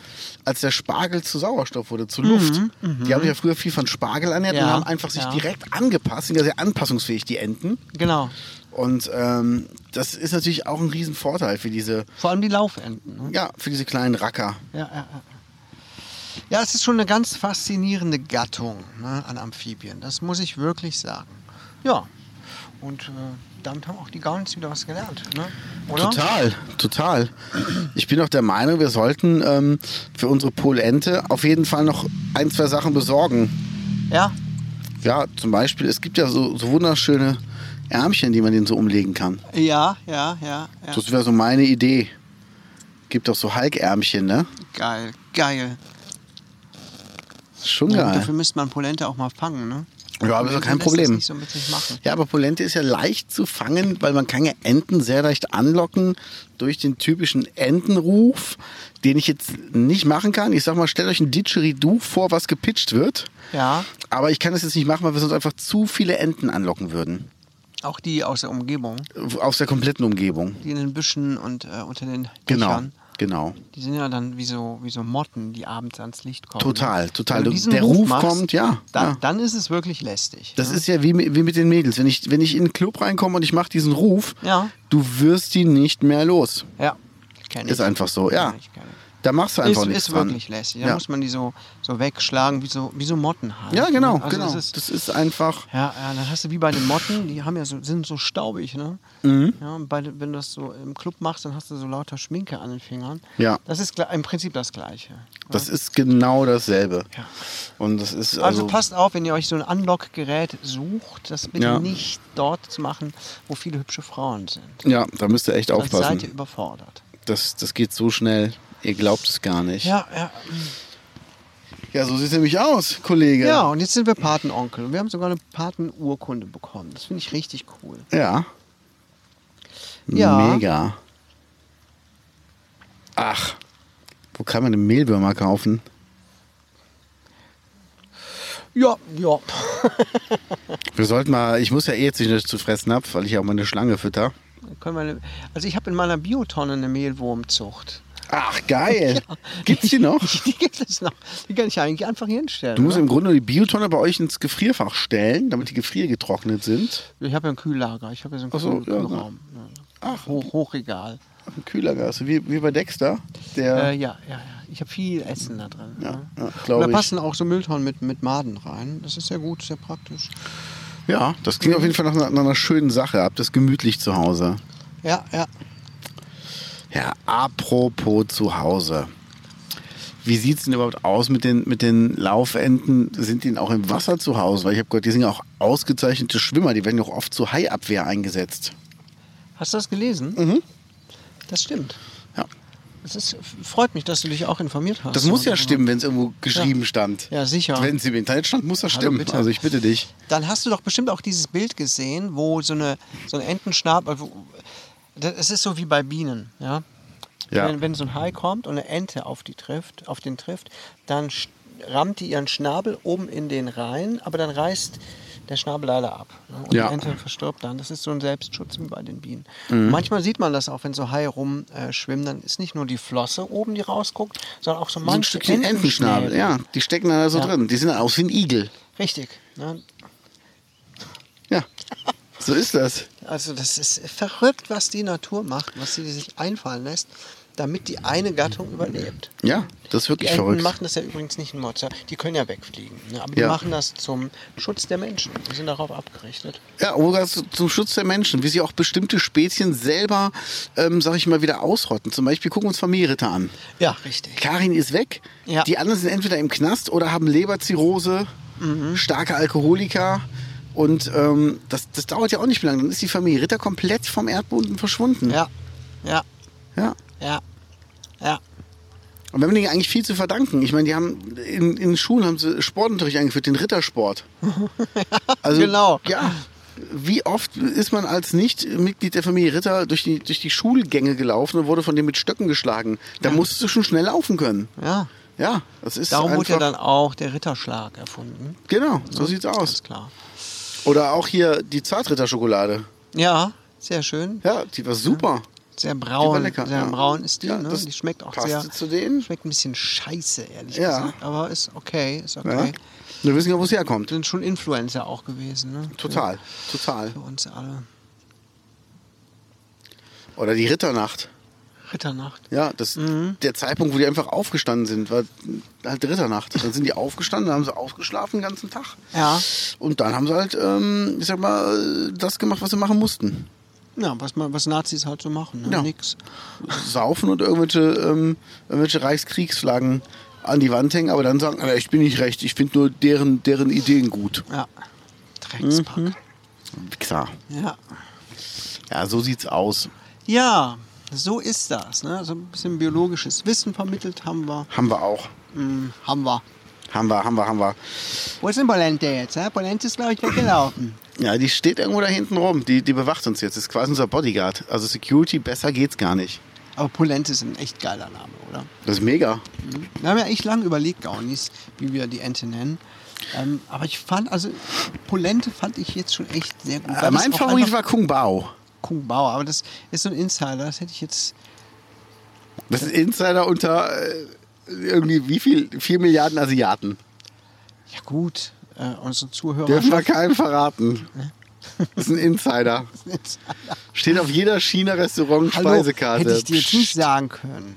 Speaker 1: als der Spargel zu Sauerstoff wurde, zu Luft. Die haben sich ja früher viel von Spargel ernährt und
Speaker 2: Mhm, Ja,
Speaker 1: haben einfach sich
Speaker 2: ja.
Speaker 1: direkt angepasst, sind ja sehr anpassungsfähig, die Enten.
Speaker 2: Genau.
Speaker 1: Und ähm, das ist natürlich auch ein Riesenvorteil für diese,
Speaker 2: Vor allem die Laufenten. Ne?
Speaker 1: ja, für diese kleinen Racker.
Speaker 2: ja, ja, ja. Ja, es ist schon eine ganz faszinierende Gattung ne, an Amphibien. Das muss ich wirklich sagen. Ja. Und äh, damit haben auch die Gauns wieder was gelernt. Ne? Oder?
Speaker 1: Total, total. Ich bin auch der Meinung, wir sollten ähm, für unsere Polente auf jeden Fall noch ein, zwei Sachen besorgen.
Speaker 2: Ja.
Speaker 1: Ja, zum Beispiel, es gibt ja so, so wunderschöne Ärmchen, die man denen so umlegen kann.
Speaker 2: Ja, ja, ja. ja.
Speaker 1: Das wäre so meine Idee. Gibt auch so Hulk-Ärmchen, ne?
Speaker 2: Geil, geil.
Speaker 1: Ist schon
Speaker 2: Ja, gut,
Speaker 1: geil.
Speaker 2: dafür müsste man Polente auch mal fangen. Ne?
Speaker 1: Ja, aber ist
Speaker 2: Polente
Speaker 1: doch kein
Speaker 2: lässt Das
Speaker 1: Problem.
Speaker 2: nicht so mit sich machen.
Speaker 1: Ja, aber Polente ist ja leicht zu fangen, weil man kann ja Enten sehr leicht anlocken durch den typischen Entenruf, den ich jetzt nicht machen kann. Ich sag mal, stellt euch ein Didgeridoo vor, was gepitcht wird.
Speaker 2: Ja,
Speaker 1: Aber ich kann das jetzt nicht machen, weil wir sonst einfach zu viele Enten anlocken würden.
Speaker 2: auch die aus der Umgebung,
Speaker 1: Aus der kompletten Umgebung.
Speaker 2: die in den Büschen und äh, unter den
Speaker 1: Genau.
Speaker 2: Dächern.
Speaker 1: Genau.
Speaker 2: Die sind ja dann wie so, wie so Motten, die abends ans Licht kommen.
Speaker 1: Total,
Speaker 2: ne?
Speaker 1: total.
Speaker 2: Wenn du
Speaker 1: Du-
Speaker 2: diesen
Speaker 1: der Ruf kommt, ja,
Speaker 2: Dann,
Speaker 1: ja.
Speaker 2: dann ist es wirklich lästig.
Speaker 1: Das
Speaker 2: ne?
Speaker 1: ist ja wie, mi- wie mit den Mädels. Wenn ich, wenn ich in den Club reinkomme und ich mache diesen Ruf,
Speaker 2: Ja.
Speaker 1: du wirst die nicht mehr los.
Speaker 2: ja, kenn ich.
Speaker 1: Ist einfach so, ja.
Speaker 2: Kenn ich, kenn ich.
Speaker 1: Da machst du einfach
Speaker 2: ist,
Speaker 1: nichts
Speaker 2: ist
Speaker 1: dran.
Speaker 2: wirklich lästig. Da
Speaker 1: Ja.
Speaker 2: muss man die so, so wegschlagen, wie so, wie so Motten halt.
Speaker 1: Ja,
Speaker 2: ne?
Speaker 1: genau,
Speaker 2: Also
Speaker 1: genau.
Speaker 2: es
Speaker 1: Das ist,
Speaker 2: Ist,
Speaker 1: einfach.
Speaker 2: ja, ja, dann hast du wie bei den Motten, die haben ja so, sind so staubig, ne?
Speaker 1: Mhm.
Speaker 2: Ja, und bei, den- wenn du das so im Club machst, dann hast du so lauter Schminke an den Fingern.
Speaker 1: Ja.
Speaker 2: Das ist gla- im Prinzip das Gleiche.
Speaker 1: Das ist genau dasselbe.
Speaker 2: Ja.
Speaker 1: Und das ist also,
Speaker 2: Also, passt auf, wenn ihr euch so ein Unlock-Gerät sucht, das bitte
Speaker 1: Ja.
Speaker 2: nicht dort zu machen, wo viele hübsche Frauen sind.
Speaker 1: Ja, da müsst ihr echt
Speaker 2: Dann seid ihr
Speaker 1: aufpassen.
Speaker 2: überfordert.
Speaker 1: Das, das geht so schnell. Ihr glaubt es gar nicht.
Speaker 2: Ja, ja.
Speaker 1: Ja, so sieht es nämlich aus, Kollege.
Speaker 2: ja, und jetzt sind wir Patenonkel. Und wir haben sogar eine Patenurkunde bekommen. Das finde ich richtig cool.
Speaker 1: Ja.
Speaker 2: Ja.
Speaker 1: Mega. Ach, wo kann man einen Mehlwürmer kaufen?
Speaker 2: Ja, ja.
Speaker 1: Wir sollten mal, ich muss ja eh jetzt nicht zu fressen hab, weil ich ja auch meine Schlange fütter.
Speaker 2: Dann Können wir eine, also ich habe in meiner Biotonne eine Mehlwurmzucht. [LAUGHS]
Speaker 1: Ach, geil. Gibt's die noch?
Speaker 2: Die gibt es noch. Die kann ich eigentlich einfach hier hinstellen. ne?
Speaker 1: Du musst
Speaker 2: oder?
Speaker 1: im Grunde die Biotonne bei euch ins Gefrierfach stellen, damit die Gefriergetrocknet sind.
Speaker 2: ich habe ja ein Kühllager. Ich habe ja so einen
Speaker 1: Ach so,
Speaker 2: Kühl
Speaker 1: ja,
Speaker 2: Kühlraum. ne?
Speaker 1: Ach.
Speaker 2: Hoch, Hochregal.
Speaker 1: Im Kühlergas, wie, wie bei Dexter. Der,
Speaker 2: Äh, ja, ja, ja. Ich habe viel Essen da drin.
Speaker 1: Ja,
Speaker 2: ne?
Speaker 1: ja,
Speaker 2: Und
Speaker 1: glaub
Speaker 2: da
Speaker 1: ich.
Speaker 2: passen auch so Mülltonnen mit, mit Maden rein. Das ist sehr gut, sehr praktisch.
Speaker 1: ja, das klingt auf jeden Fall nach einer, nach einer schönen Sache. Habt das gemütlich zu Hause.
Speaker 2: Ja, ja.
Speaker 1: Ja, apropos zu Hause. Wie sieht es denn überhaupt aus mit den, mit den Laufenten? Sind die auch im Wasser zu Hause? Weil ich habe gehört, die sind ja auch ausgezeichnete Schwimmer. Die werden ja auch oft zur Haiabwehr eingesetzt.
Speaker 2: Hast du das gelesen?
Speaker 1: Mhm.
Speaker 2: Das stimmt.
Speaker 1: Ja.
Speaker 2: Es ist, freut mich, dass du dich auch informiert hast.
Speaker 1: Das muss ja
Speaker 2: Und-
Speaker 1: stimmen, wenn es irgendwo geschrieben stand.
Speaker 2: Ja, sicher.
Speaker 1: Wenn es im Internet stand, muss das
Speaker 2: Hallo,
Speaker 1: stimmen.
Speaker 2: bitte.
Speaker 1: also ich bitte dich.
Speaker 2: Dann hast du doch bestimmt auch dieses Bild gesehen, wo so eine so ein Entenschnabel. wo- Das es ist so wie bei Bienen, ja.
Speaker 1: Ja.
Speaker 2: Wenn, wenn so ein Hai kommt und eine Ente auf die trifft, auf den trifft, dann sch- rammt die ihren Schnabel oben in den rein, aber dann reißt der Schnabel leider ab. Ne? Und
Speaker 1: Ja. Mhm.
Speaker 2: die Ente verstirbt dann. Das ist so ein Selbstschutz wie bei den Bienen. Manchmal sieht man das auch, wenn so Haie rumschwimmen, dann ist nicht nur die Flosse oben, die rausguckt, sondern auch so
Speaker 1: So ein
Speaker 2: manche
Speaker 1: Stückchen Entenschnabel, ja. Die stecken da so
Speaker 2: Ja.
Speaker 1: drin. Die sehen dann aus wie ein Igel.
Speaker 2: Richtig. Ne?
Speaker 1: Ja, so ist das.
Speaker 2: Also das ist verrückt, was die Natur macht, was sie sich einfallen lässt. damit die eine Gattung überlebt.
Speaker 1: Ja, das ist
Speaker 2: Die
Speaker 1: wirklich
Speaker 2: Enten
Speaker 1: verrückt.
Speaker 2: machen das ja übrigens nicht in Mozza. Die können ja wegfliegen. Ne? Aber
Speaker 1: Ja.
Speaker 2: die machen das zum Schutz der Menschen. Die sind darauf abgerichtet.
Speaker 1: Ja, oder zu- zum Schutz der Menschen, wie sie auch bestimmte Spezien selber, ähm, sag ich mal, wieder ausrotten. Zum Beispiel gucken wir uns Familienritter an.
Speaker 2: Ja, richtig.
Speaker 1: Karin ist weg.
Speaker 2: Ja.
Speaker 1: Die anderen sind entweder im Knast oder haben Leberzirrhose,
Speaker 2: Mhm.
Speaker 1: starke Alkoholiker. Und ähm, das, das dauert ja auch nicht mehr lange. Dann ist die Familie Ritter komplett vom Erdboden verschwunden.
Speaker 2: Ja, ja,
Speaker 1: ja.
Speaker 2: ja, ja.
Speaker 1: Und wir haben denen eigentlich viel zu verdanken. Ich meine, die haben in, in Schulen haben sie Sportunterricht eingeführt, den
Speaker 2: [LAUGHS]
Speaker 1: Rittersport. Also,
Speaker 2: genau.
Speaker 1: Ja. Wie oft ist man als Nicht-Mitglied der Familie Ritter durch die, durch die Schulgänge gelaufen und wurde von denen mit Stöcken geschlagen? Da musstest du schon schnell laufen können.
Speaker 2: ja.
Speaker 1: Ja, das ist
Speaker 2: Darum
Speaker 1: einfach.
Speaker 2: wurde ja dann auch der Ritterschlag erfunden.
Speaker 1: genau, so sieht's aus.
Speaker 2: Ist klar.
Speaker 1: Oder auch hier die Zartritter-Schokolade.
Speaker 2: Ja, sehr schön.
Speaker 1: Ja, die war super.
Speaker 2: Sehr
Speaker 1: Die war
Speaker 2: braun.
Speaker 1: lecker.
Speaker 2: sehr
Speaker 1: ja.
Speaker 2: braun ist die.
Speaker 1: Ja,
Speaker 2: ne?
Speaker 1: das
Speaker 2: Die schmeckt auch
Speaker 1: passte
Speaker 2: sehr.
Speaker 1: zu denen.
Speaker 2: Schmeckt ein bisschen scheiße, ehrlich
Speaker 1: Ja.
Speaker 2: gesagt. Aber ist okay, ist
Speaker 1: Ja.
Speaker 2: okay.
Speaker 1: Wir wissen ja, wo es herkommt.
Speaker 2: Sind schon Influencer auch gewesen, ne?
Speaker 1: Total, total.
Speaker 2: Für, für uns alle.
Speaker 1: Oder die Ritternacht.
Speaker 2: Ritternacht.
Speaker 1: Ja, das, der Zeitpunkt, wo die einfach aufgestanden sind, war halt Ritternacht. Dann sind die aufgestanden, dann haben sie ausgeschlafen den ganzen Tag.
Speaker 2: Ja.
Speaker 1: Und dann haben sie halt, ähm, ich sag mal, das gemacht, was sie machen mussten.
Speaker 2: Ja, was, man, was Nazis halt so machen, ne?
Speaker 1: Ja.
Speaker 2: Nix.
Speaker 1: Saufen und irgendwelche, ähm, irgendwelche Reichskriegsflaggen an die Wand hängen, aber dann sagen, "Aber ich bin nicht recht, ich finde nur deren, deren Ideen gut.
Speaker 2: Ja. Dreckspack.
Speaker 1: Mhm. Klar.
Speaker 2: Ja.
Speaker 1: Ja, so sieht's aus.
Speaker 2: Ja, so ist das. Ne? So ein bisschen biologisches Wissen vermittelt haben wir.
Speaker 1: Haben wir auch.
Speaker 2: Hm, haben wir.
Speaker 1: Haben wir, haben wir, haben wir.
Speaker 2: Wo ist denn Polente jetzt? Hä? Polente ist, glaube ich, weggelaufen.
Speaker 1: Ja, die steht irgendwo da hinten rum. Die, die bewacht uns jetzt. Ist quasi unser Bodyguard. Also Security, besser geht's gar nicht.
Speaker 2: Aber Polente ist ein echt geiler Name, oder?
Speaker 1: Das ist mega.
Speaker 2: Wir haben ja echt lange überlegt, Gaunis, wie wir die Ente nennen. Ähm, aber ich fand, also Polente fand ich jetzt schon echt sehr gut.
Speaker 1: Äh, mein Favorit war Kung Bao.
Speaker 2: Kung Bao, aber das ist so ein Insider, das hätte ich jetzt.
Speaker 1: Das ist Insider unter äh, irgendwie wie viel? 4 Milliarden Asiaten.
Speaker 2: Ja, gut, äh, unsere Zuhörer.
Speaker 1: Der war
Speaker 2: [LAUGHS]
Speaker 1: keinem verraten. Das ist ein Insider. Steht auf jeder China-Restaurant
Speaker 2: Hallo,
Speaker 1: Speisekarte.
Speaker 2: Hätte ich dir jetzt nicht sagen können.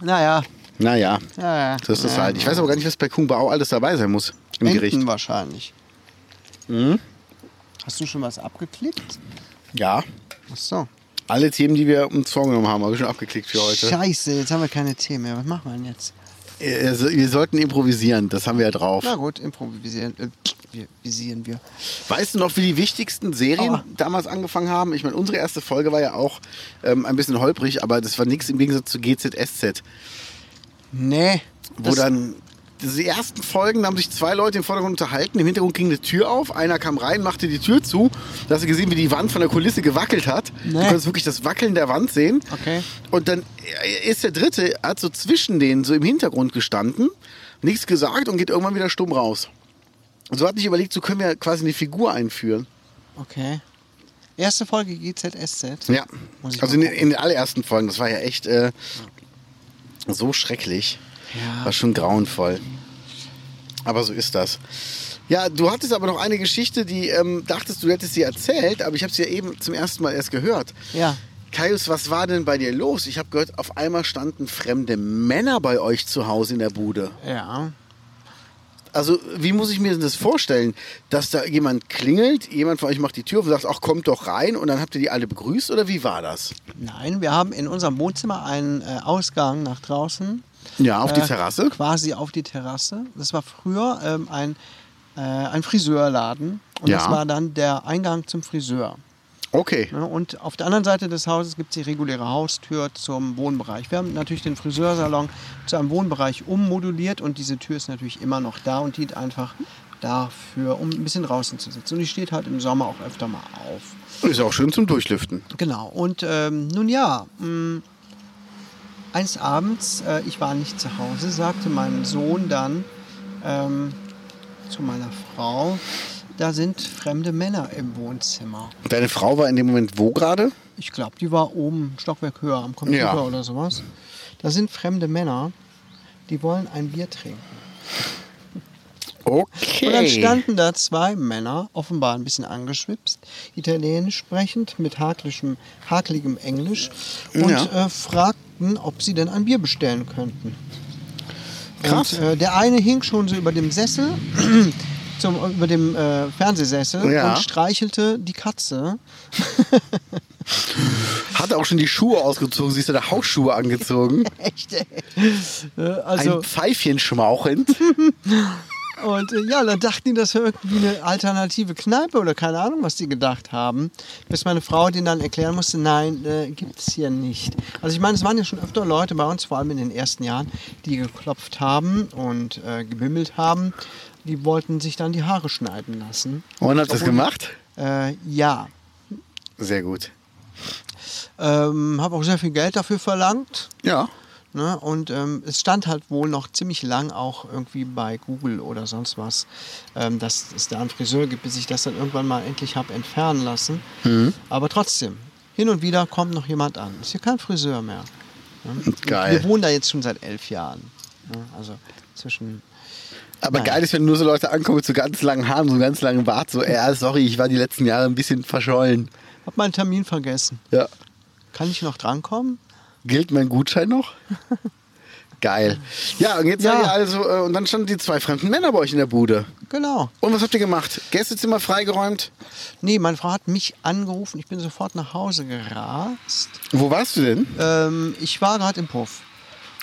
Speaker 2: naja,
Speaker 1: Naja,
Speaker 2: naja.
Speaker 1: so ist das halt. Ich weiß aber gar nicht, was bei Kung Bao alles dabei sein muss im
Speaker 2: Enten
Speaker 1: Gericht. Hm?
Speaker 2: wahrscheinlich. Hast du schon was abgeklickt?
Speaker 1: Ja.
Speaker 2: Ach so.
Speaker 1: Alle Themen, die wir uns vorgenommen haben, habe ich schon abgeklickt für heute.
Speaker 2: Scheiße, jetzt haben wir keine Themen mehr. Was machen wir denn jetzt?
Speaker 1: Äh, so- Wir sollten improvisieren, das haben wir ja drauf.
Speaker 2: Na gut, improvisieren. Äh, wir- visieren wir.
Speaker 1: Weißt du noch, wie die wichtigsten Serien
Speaker 2: Aua.
Speaker 1: damals angefangen haben? Ich meine, unsere erste Folge war ja auch ähm, ein bisschen holprig, aber das war nichts im Gegensatz zu GZSZ.
Speaker 2: Nee.
Speaker 1: Wo dann die ersten Folgen, da haben sich zwei Leute im Vordergrund unterhalten, im Hintergrund ging eine Tür auf, einer kam rein, machte die Tür zu, da hast du gesehen, wie die Wand von der Kulisse gewackelt hat. Du
Speaker 2: Nee.
Speaker 1: konntest wirklich das Wackeln der Wand sehen.
Speaker 2: Okay.
Speaker 1: Und dann ist der Dritte, hat so zwischen denen so im Hintergrund gestanden, nichts gesagt und geht irgendwann wieder stumm raus. Und so hat ich überlegt, so können wir quasi eine Figur einführen.
Speaker 2: Okay. Erste Folge GZSZ.
Speaker 1: Ja,
Speaker 2: Muss ich
Speaker 1: also in,
Speaker 2: mal
Speaker 1: den- in den allerersten Folgen, das war ja echt äh, so schrecklich.
Speaker 2: Ja.
Speaker 1: War schon grauenvoll. Aber so ist das. Ja, du hattest aber noch eine Geschichte, die ähm, dachtest, du hättest sie erzählt, aber ich habe sie ja eben zum ersten Mal erst gehört.
Speaker 2: Ja.
Speaker 1: Kaius, was war denn bei dir los? Ich habe gehört, auf einmal standen fremde Männer bei euch zu Hause in der Bude.
Speaker 2: Ja.
Speaker 1: Also, wie muss ich mir denn das vorstellen? Dass da jemand klingelt, jemand von euch macht die Tür auf und sagt, ach, kommt doch rein und dann habt ihr die alle begrüßt oder wie war das?
Speaker 2: Nein, wir haben in unserem Wohnzimmer einen äh, Ausgang nach draußen.
Speaker 1: Ja, auf die
Speaker 2: Äh,
Speaker 1: Terrasse.
Speaker 2: Quasi auf die Terrasse. Das war früher ähm, ein, äh, ein Friseurladen. Und
Speaker 1: Ja.
Speaker 2: das war dann der Eingang zum Friseur.
Speaker 1: Okay.
Speaker 2: Ne? Und auf der anderen Seite des Hauses gibt es die reguläre Haustür zum Wohnbereich. Wir haben natürlich den Friseursalon zu einem Wohnbereich ummoduliert und diese Tür ist natürlich immer noch da und dient einfach dafür, um ein bisschen draußen zu sitzen. Und die steht halt im Sommer auch öfter mal auf.
Speaker 1: Ist auch schön zum Durchlüften.
Speaker 2: Genau. Und ähm, nun ja, mh, eines Abends, äh, ich war nicht zu Hause, sagte mein Sohn dann ähm, zu meiner Frau, da sind fremde Männer im Wohnzimmer.
Speaker 1: Deine Frau war in dem Moment wo gerade?
Speaker 2: Ich glaube, die war oben ein Stockwerk höher am Computer
Speaker 1: Ja.
Speaker 2: oder sowas. Da sind fremde Männer, die wollen ein Bier trinken.
Speaker 1: Okay.
Speaker 2: Und dann standen da zwei Männer, offenbar ein bisschen angeschwipst, italienisch sprechend, mit haklischem, hakligem Englisch und
Speaker 1: Ja.
Speaker 2: äh, fragten, ob sie denn ein Bier bestellen könnten.
Speaker 1: Krass.
Speaker 2: Und, äh, der eine hing schon so über dem Sessel, [CLEARS THROAT] zum, über dem äh, Fernsehsessel
Speaker 1: Ja.
Speaker 2: und streichelte die Katze.
Speaker 1: Hat auch schon die Schuhe ausgezogen. Siehst du, da Hausschuhe [LAUGHS] angezogen.
Speaker 2: Echt, ey. Äh, also,
Speaker 1: Ein Pfeifchen schmauchend.
Speaker 2: Und äh, ja, dann dachten die, das wäre irgendwie eine alternative Kneipe oder keine Ahnung, was die gedacht haben. Bis meine Frau denen dann erklären musste, nein, äh, gibt es hier nicht. Also ich meine, es waren ja schon öfter Leute bei uns, vor allem in den ersten Jahren, die geklopft haben und äh, gebimmelt haben. Die wollten sich dann die Haare schneiden lassen.
Speaker 1: Und habt ihr das gemacht?
Speaker 2: Äh, ja,
Speaker 1: Sehr gut.
Speaker 2: ähm, habe auch sehr viel Geld dafür verlangt.
Speaker 1: Ja.
Speaker 2: Ne? Und ähm, es stand halt wohl noch ziemlich lang auch irgendwie bei Google oder sonst was, ähm, dass es da einen Friseur gibt, bis ich das dann irgendwann mal endlich habe entfernen lassen. Aber trotzdem, hin und wieder kommt noch jemand an. Ist hier kein Friseur mehr. Ne?
Speaker 1: Geil.
Speaker 2: Wir wohnen da jetzt schon seit elf Jahren. Ne? Also zwischen.
Speaker 1: Aber
Speaker 2: Nein.
Speaker 1: geil ist, wenn nur so Leute ankommen mit so ganz langen Haaren, so ganz langen Bart, so, ja, sorry, ich war die letzten Jahre ein bisschen verschollen.
Speaker 2: Hab meinen Termin vergessen.
Speaker 1: Ja.
Speaker 2: Kann ich noch drankommen?
Speaker 1: Gilt mein Gutschein [LAUGHS] noch? geil. Ja, und jetzt
Speaker 2: Ja.
Speaker 1: seid ihr also, äh, und dann standen die zwei fremden Männer bei euch in der Bude.
Speaker 2: Genau.
Speaker 1: Und was habt ihr gemacht? Gästezimmer freigeräumt?
Speaker 2: Nee, meine Frau hat mich angerufen. Ich bin sofort nach Hause gerast.
Speaker 1: Wo warst du denn?
Speaker 2: Ähm, ich war gerade im Puff.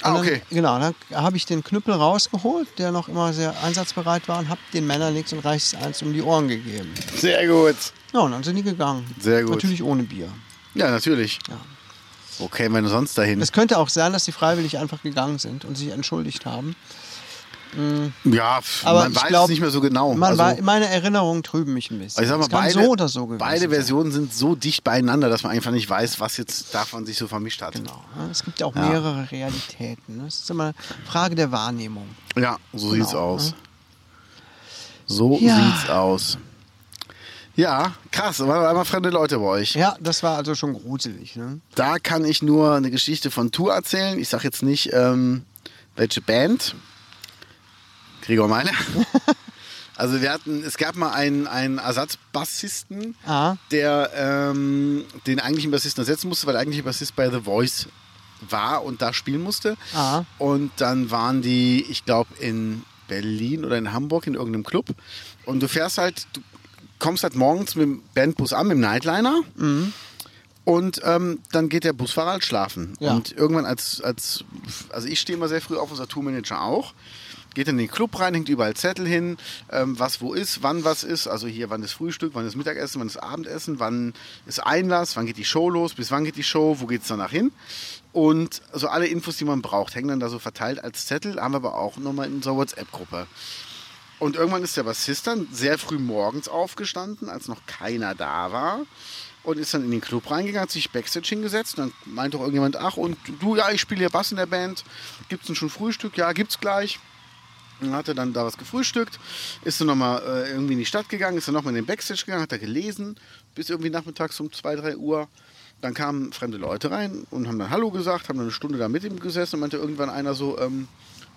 Speaker 2: Und
Speaker 1: Ah,
Speaker 2: dann-
Speaker 1: okay.
Speaker 2: Genau, dann habe ich den Knüppel rausgeholt, der noch immer sehr einsatzbereit war, und habe den Männern links und rechts eins um die Ohren gegeben.
Speaker 1: Sehr gut.
Speaker 2: Ja, und dann sind die gegangen.
Speaker 1: Sehr gut.
Speaker 2: Natürlich ohne Bier.
Speaker 1: Ja, natürlich.
Speaker 2: Ja.
Speaker 1: Wo kämen wir denn sonst dahin?
Speaker 2: Es könnte auch sein, dass die freiwillig einfach gegangen sind und sich entschuldigt haben.
Speaker 1: Ja, pf,
Speaker 2: Aber
Speaker 1: man
Speaker 2: ich
Speaker 1: weiß
Speaker 2: glaub,
Speaker 1: es nicht mehr so genau.
Speaker 2: Man
Speaker 1: also,
Speaker 2: wei- meine Erinnerungen trüben mich ein bisschen.
Speaker 1: ich sag mal,
Speaker 2: es kann
Speaker 1: beide,
Speaker 2: so oder so gewesen
Speaker 1: beide
Speaker 2: sein.
Speaker 1: Versionen sind so dicht beieinander, dass man einfach nicht weiß, was jetzt davon sich so vermischt hat.
Speaker 2: Genau. ne? Es gibt ja auch mehrere Realitäten. ne? Es ist immer eine Frage der Wahrnehmung.
Speaker 1: Ja, so
Speaker 2: Genau,
Speaker 1: sieht's aus. So
Speaker 2: Ja.
Speaker 1: sieht's aus. Ja, krass, da waren einmal fremde Leute bei euch.
Speaker 2: Ja, das war also schon gruselig. Ne?
Speaker 1: Da kann ich nur eine Geschichte von Tour erzählen. Ich sag jetzt nicht, ähm, welche Band. Gregor Meile.
Speaker 2: [LAUGHS]
Speaker 1: Also wir hatten, es gab mal einen, einen Ersatzbassisten,
Speaker 2: Ah.
Speaker 1: der ähm, den eigentlichen Bassisten ersetzen musste, weil der eigentliche Bassist bei The Voice war und da spielen musste.
Speaker 2: Ah.
Speaker 1: Und dann waren die, ich glaube, in Berlin oder in Hamburg in irgendeinem Club. Und du fährst halt, du kommst halt morgens mit dem Bandbus an, mit dem Nightliner. Und ähm, dann geht der Busfahrer halt schlafen.
Speaker 2: Ja.
Speaker 1: Und irgendwann als, als, also ich stehe immer sehr früh auf, unser Tourmanager auch. Geht in den Club rein, hängt überall Zettel hin, ähm, was wo ist, wann was ist. Also hier, wann ist Frühstück, wann ist Mittagessen, wann ist Abendessen, wann ist Einlass, wann geht die Show los, bis wann geht die Show, wo geht's danach hin. Und so alle Infos, die man braucht, hängen dann da so verteilt als Zettel, haben wir aber auch nochmal in unserer WhatsApp-Gruppe. Und irgendwann ist der Bassist dann sehr früh morgens aufgestanden, als noch keiner da war. Und ist dann in den Club reingegangen, hat sich Backstage hingesetzt. Und dann meint doch irgendjemand, ach und du, ja, ich spiele hier Bass in der Band. Gibt's denn schon Frühstück? Ja, gibt's gleich. Und hat er dann da was gefrühstückt, ist dann nochmal äh, irgendwie in die Stadt gegangen, ist dann nochmal in den Backstage gegangen, hat da gelesen, bis irgendwie nachmittags um 2, 3 Uhr. Dann kamen fremde Leute rein und haben dann Hallo gesagt, haben dann eine Stunde da mit ihm gesessen und meinte irgendwann einer so, ähm,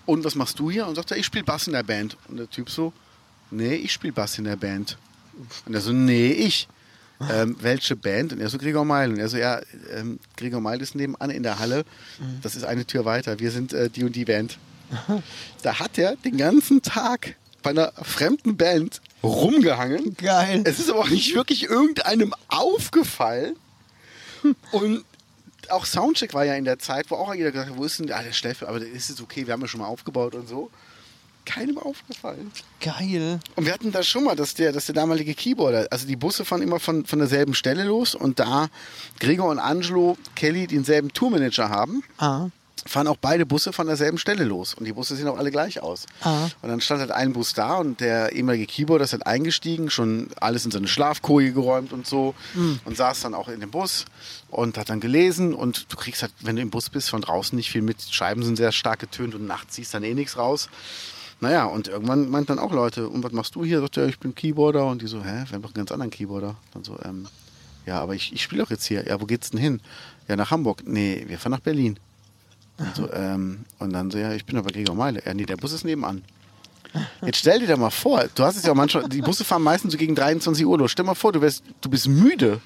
Speaker 1: und was machst du hier? Und sagt er, ich spiele Bass in der Band. Und der Typ so, nee, ich spiele Bass in der Band. Und er so, nee, ich. Ähm, welche Band? Und er so, Gregor Meil. Und er so, ja, ähm, Gregor Meil ist nebenan in der Halle. Das ist eine Tür weiter. Wir sind äh, die und die Band. Da hat er den ganzen Tag bei einer fremden Band rumgehangen.
Speaker 2: Geil.
Speaker 1: Es ist aber auch nicht wirklich irgendeinem aufgefallen. Und auch Soundcheck war ja in der Zeit, wo auch jeder gesagt hat, wo ist denn ah, der Steffi? Aber ist es okay, wir haben ja schon mal aufgebaut und so. Keinem aufgefallen.
Speaker 2: Geil. [LAUGHS]
Speaker 1: Und wir hatten das schon mal, dass der, dass der damalige Keyboarder, also die Busse fahren immer von, von derselben Stelle los und da Gregor und Angelo Kelly denselben Tourmanager haben,
Speaker 2: Ah.
Speaker 1: fahren auch beide Busse von derselben Stelle los. Und die Busse sehen auch alle gleich aus.
Speaker 2: Ah.
Speaker 1: Und dann stand halt ein Bus da und der ehemalige Keyboarder ist halt eingestiegen, schon alles in seine Schlafkoje geräumt und so
Speaker 2: Hm.
Speaker 1: und saß dann auch in dem Bus und hat dann gelesen. Und du kriegst halt, wenn du im Bus bist, von draußen nicht viel mit. Scheiben sind sehr stark getönt und nachts siehst dann eh nichts raus. Naja, und irgendwann meinten dann auch Leute, und was machst du hier? Sagt er, ich bin Keyboarder. Und die so, hä, wir haben doch einen ganz anderen Keyboarder. Dann so, ähm, ja, aber ich, ich spiele doch jetzt hier. Ja, wo geht's denn hin? Ja, nach Hamburg. Nee, wir fahren nach Berlin. Und, so, ähm, und dann so, ja, ich bin aber Gregor Meile. Ja, nee, der Bus ist nebenan. Jetzt stell dir doch mal vor, du hast es ja auch manchmal, die Busse fahren meistens so gegen 23 Uhr los. Stell mal vor, du, wärst, du bist müde.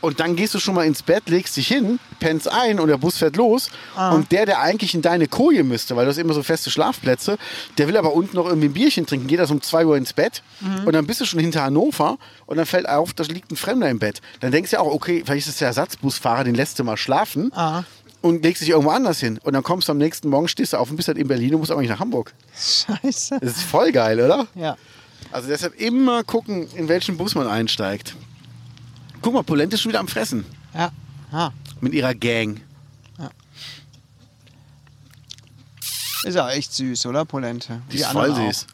Speaker 1: Und dann gehst du schon mal ins Bett, legst dich hin, pennst ein und der Bus fährt los. Und der, der eigentlich in deine Koje müsste, weil du hast immer so feste Schlafplätze, der will aber unten noch irgendwie ein Bierchen trinken, geht erst um 2 Uhr ins Bett. Und dann bist du schon hinter Hannover und dann fällt auf, da liegt ein Fremder im Bett. Dann denkst du ja auch, okay, vielleicht ist es der Ersatzbusfahrer, den lässt du mal schlafen.
Speaker 2: Ah.
Speaker 1: Und legst dich irgendwo anders hin. Und dann kommst du am nächsten Morgen, stehst du auf und bist halt in Berlin und musst eigentlich nach Hamburg.
Speaker 2: Scheiße.
Speaker 1: Das ist voll geil, oder?
Speaker 2: Ja.
Speaker 1: Also deshalb immer gucken, in welchen Bus man einsteigt. Guck mal, Polente ist schon wieder am Fressen.
Speaker 2: Ja. Ah.
Speaker 1: Mit ihrer Gang.
Speaker 2: Ist ja echt süß, oder? Polente.
Speaker 1: Die,
Speaker 2: Die
Speaker 1: ist voll
Speaker 2: anderen
Speaker 1: süß.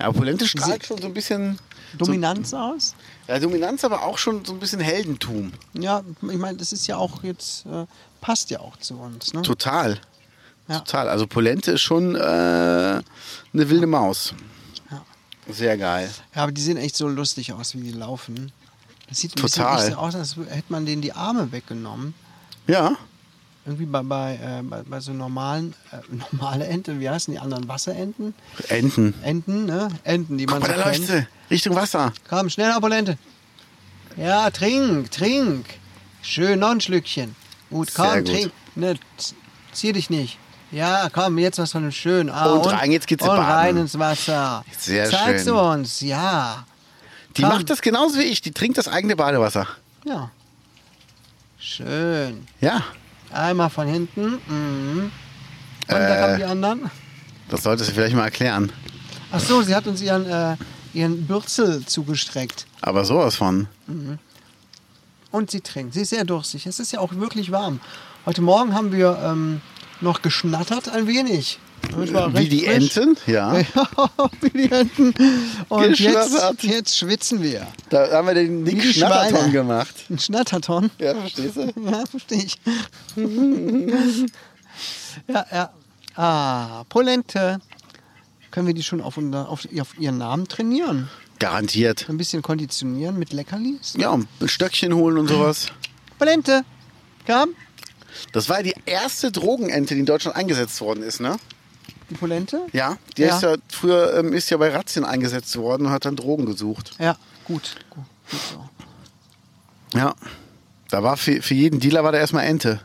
Speaker 1: Ja, aber Polente strahlt schon so ein bisschen
Speaker 2: auch. Dominanz aus?
Speaker 1: ja, Dominanz, aber auch schon so ein bisschen Heldentum.
Speaker 2: Ja, ich meine, das ist ja auch jetzt, äh, passt ja auch zu uns. Ne?
Speaker 1: Total.
Speaker 2: Ja.
Speaker 1: Total. Also Polente ist schon äh, eine wilde Maus.
Speaker 2: Ja.
Speaker 1: Sehr geil.
Speaker 2: Ja, aber die sehen echt so lustig aus, wie die laufen. Das sieht ein
Speaker 1: Total.
Speaker 2: bisschen echt so aus, als hätte man denen die Arme weggenommen.
Speaker 1: Ja.
Speaker 2: Irgendwie bei, bei, äh, bei, bei so normalen, äh, [LAUGHS] normale Ente, wie heißen die anderen? Wasserenten?
Speaker 1: Enten.
Speaker 2: Enten, ne? Enten, die man
Speaker 1: Aber
Speaker 2: so
Speaker 1: da
Speaker 2: kennt.
Speaker 1: läuft sie. Richtung Wasser.
Speaker 2: Komm, schnell, Apolente. Ja, trink, trink. Schön, noch ein Schlückchen. Gut,
Speaker 1: Sehr
Speaker 2: komm,
Speaker 1: gut.
Speaker 2: trink. Ne, z- zieh dich nicht. Ja, komm, jetzt was von dem Schön. Ah,
Speaker 1: Und rein, jetzt geht's
Speaker 2: Und
Speaker 1: baden.
Speaker 2: rein ins Wasser.
Speaker 1: Sehr
Speaker 2: Zeig's
Speaker 1: schön.
Speaker 2: uns, ja.
Speaker 1: Die
Speaker 2: Komm.
Speaker 1: macht das genauso wie ich. Die trinkt das eigene Badewasser.
Speaker 2: Ja. Schön.
Speaker 1: Ja.
Speaker 2: Einmal von hinten. Mhm. Und
Speaker 1: Äh.
Speaker 2: da kamen die anderen.
Speaker 1: Das solltest du vielleicht mal erklären.
Speaker 2: Ach so, sie hat uns ihren, äh, ihren Bürzel zugestreckt.
Speaker 1: Aber sowas von.
Speaker 2: Und sie trinkt. Sie ist sehr durstig. Es ist ja auch wirklich warm. Heute Morgen haben wir ähm, noch geschnattert ein wenig. Das war
Speaker 1: Wie
Speaker 2: recht
Speaker 1: die
Speaker 2: frisch.
Speaker 1: Enten, ja.
Speaker 2: [LAUGHS] Wie die Enten. Und jetzt,
Speaker 1: Geschnattert.
Speaker 2: jetzt schwitzen wir.
Speaker 1: [LAUGHS] Da haben wir den
Speaker 2: Wie die
Speaker 1: Nick Schnatterton
Speaker 2: Schweine.
Speaker 1: gemacht.
Speaker 2: Ein Schnatterton. [LAUGHS]
Speaker 1: Ja, verstehst du?
Speaker 2: Ja, verstehe
Speaker 1: [LAUGHS]
Speaker 2: ich. ja, ja. Ah, Polente. Können wir die schon auf, unser, auf, auf ihren Namen trainieren?
Speaker 1: Garantiert.
Speaker 2: Ein bisschen konditionieren mit Leckerlis?
Speaker 1: Ja, ein Stöckchen holen und sowas.
Speaker 2: Polente, kam
Speaker 1: Das war die erste Drogenente, die in Deutschland eingesetzt worden ist, ne?
Speaker 2: die Polente?
Speaker 1: Ja, die
Speaker 2: Ja.
Speaker 1: ist ja früher ähm, ist ja bei Razzien eingesetzt worden und hat dann Drogen gesucht.
Speaker 2: Ja, gut. gut, gut so.
Speaker 1: Ja. Da war für, für jeden Dealer war da erstmal Ente.